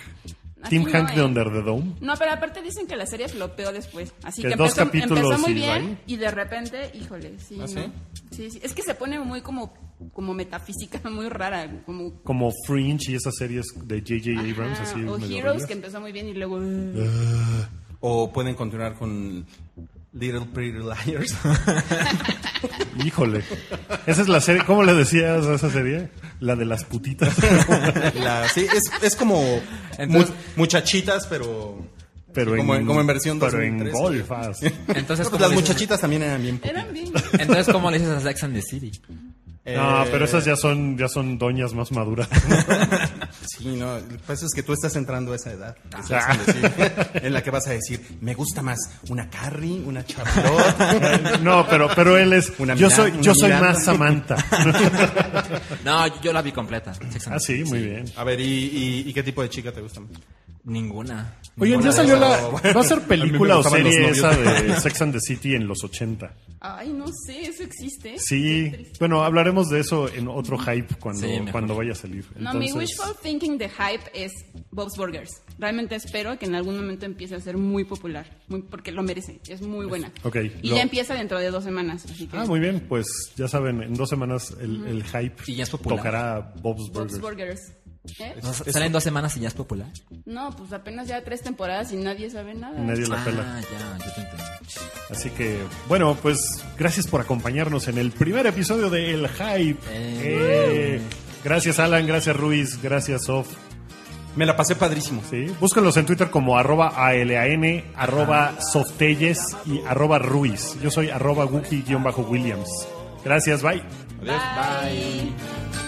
Speaker 5: Aquí
Speaker 3: Team
Speaker 5: no,
Speaker 3: Hank de
Speaker 5: eh.
Speaker 3: Under the Dome.
Speaker 5: No, pero aparte dicen que la serie flopeó después. Así
Speaker 3: Que
Speaker 5: que,
Speaker 3: dos
Speaker 5: empezó,
Speaker 3: capítulos
Speaker 5: empezó muy
Speaker 3: y
Speaker 5: bien
Speaker 3: bye.
Speaker 5: y de repente, híjole, sí.
Speaker 4: ¿Ah, sí?
Speaker 5: no. Sí, sí. Es que se pone muy como, como metafísica, muy rara. Como,
Speaker 3: Como Fringe y esas series de J.J. Abrams,
Speaker 5: Ajá,
Speaker 3: así
Speaker 5: o
Speaker 3: medio
Speaker 5: Heroes,
Speaker 3: raras.
Speaker 5: que empezó muy bien y luego...
Speaker 4: O pueden continuar con Little Pretty Liars.
Speaker 3: Híjole. Esa es la serie. ¿Cómo le decías a esa serie? La de las putitas.
Speaker 4: La- sí, es, es como
Speaker 6: Entonces-
Speaker 4: mu- muchachitas, pero.
Speaker 3: Pero
Speaker 4: como,
Speaker 3: en,
Speaker 4: como en versión
Speaker 3: Pero
Speaker 4: 2003.
Speaker 3: en golf. ah, sí.
Speaker 6: Entonces,
Speaker 4: No, pues
Speaker 6: ¿cómo
Speaker 4: las
Speaker 6: le dices-
Speaker 4: muchachitas también eran bien. putas.
Speaker 5: Eran bien.
Speaker 6: Entonces, ¿cómo le dices a Sex and the City?
Speaker 3: No,
Speaker 4: Eh,
Speaker 3: pero esas ya son, ya son doñas más maduras.
Speaker 4: Eh, Sí, no. Lo que pasa es que tú estás entrando a esa edad.
Speaker 3: Ah.
Speaker 4: esa es decir, en la que vas a decir, me gusta más una Carrie, una Charlotte.
Speaker 3: No, pero, pero él es.
Speaker 4: Una
Speaker 3: yo
Speaker 4: Miranda,
Speaker 3: soy,
Speaker 4: una
Speaker 3: yo soy
Speaker 4: Miranda.
Speaker 3: más Samantha.
Speaker 6: No, yo- yo la vi completa. Sex and
Speaker 3: Ah,
Speaker 6: the
Speaker 3: sí,
Speaker 6: City.
Speaker 3: muy bien.
Speaker 4: a ver, ¿y, y, y qué tipo de chica te gusta más?
Speaker 6: Ninguna.
Speaker 3: Oye, ya
Speaker 6: Ninguna de
Speaker 3: salió
Speaker 6: esas.
Speaker 3: la. Va a ser película
Speaker 4: A
Speaker 3: o
Speaker 4: mí me gustaban los
Speaker 3: serie
Speaker 4: novios.
Speaker 3: esa de Sex and the City en los 80.
Speaker 5: Ay, no sé, eso existe.
Speaker 3: Sí. Bueno, hablaremos de eso en otro hype cuando,
Speaker 6: Sí, mejor.
Speaker 3: cuando vaya a salir.
Speaker 5: No, mi
Speaker 3: Entonces,
Speaker 5: wishful thinking de hype es Bob's Burgers. Realmente espero que en algún momento empiece a ser muy popular, muy- porque lo merece, es muy buena.
Speaker 3: Ok,
Speaker 5: y
Speaker 3: lo-
Speaker 5: ya empieza dentro de dos semanas, así que
Speaker 3: Ah, muy bien. Pues ya saben, en dos semanas el, el hype
Speaker 6: Y ya es popular.
Speaker 3: tocará Bob's Burgers.
Speaker 5: Bob's Burgers. ¿Eh?
Speaker 6: O sea, Salen dos semanas y ya es popular.
Speaker 5: No, pues apenas ya tres temporadas y nadie sabe nada.
Speaker 3: Nadie la pela.
Speaker 6: Ah, ya, yo te entiendo.
Speaker 3: Así que, bueno, pues gracias por acompañarnos en el primer episodio de El Hype. Eh, gracias, Alan. Gracias, Ruiz. Gracias, Sof.
Speaker 4: Me la pasé padrísimo.
Speaker 3: Sí, búsquenlos en Twitter como arroba ALAN, arroba Softelles y arroba Ruiz. Yo soy arroba Wookie-Williams. Gracias, bye.
Speaker 5: Bye.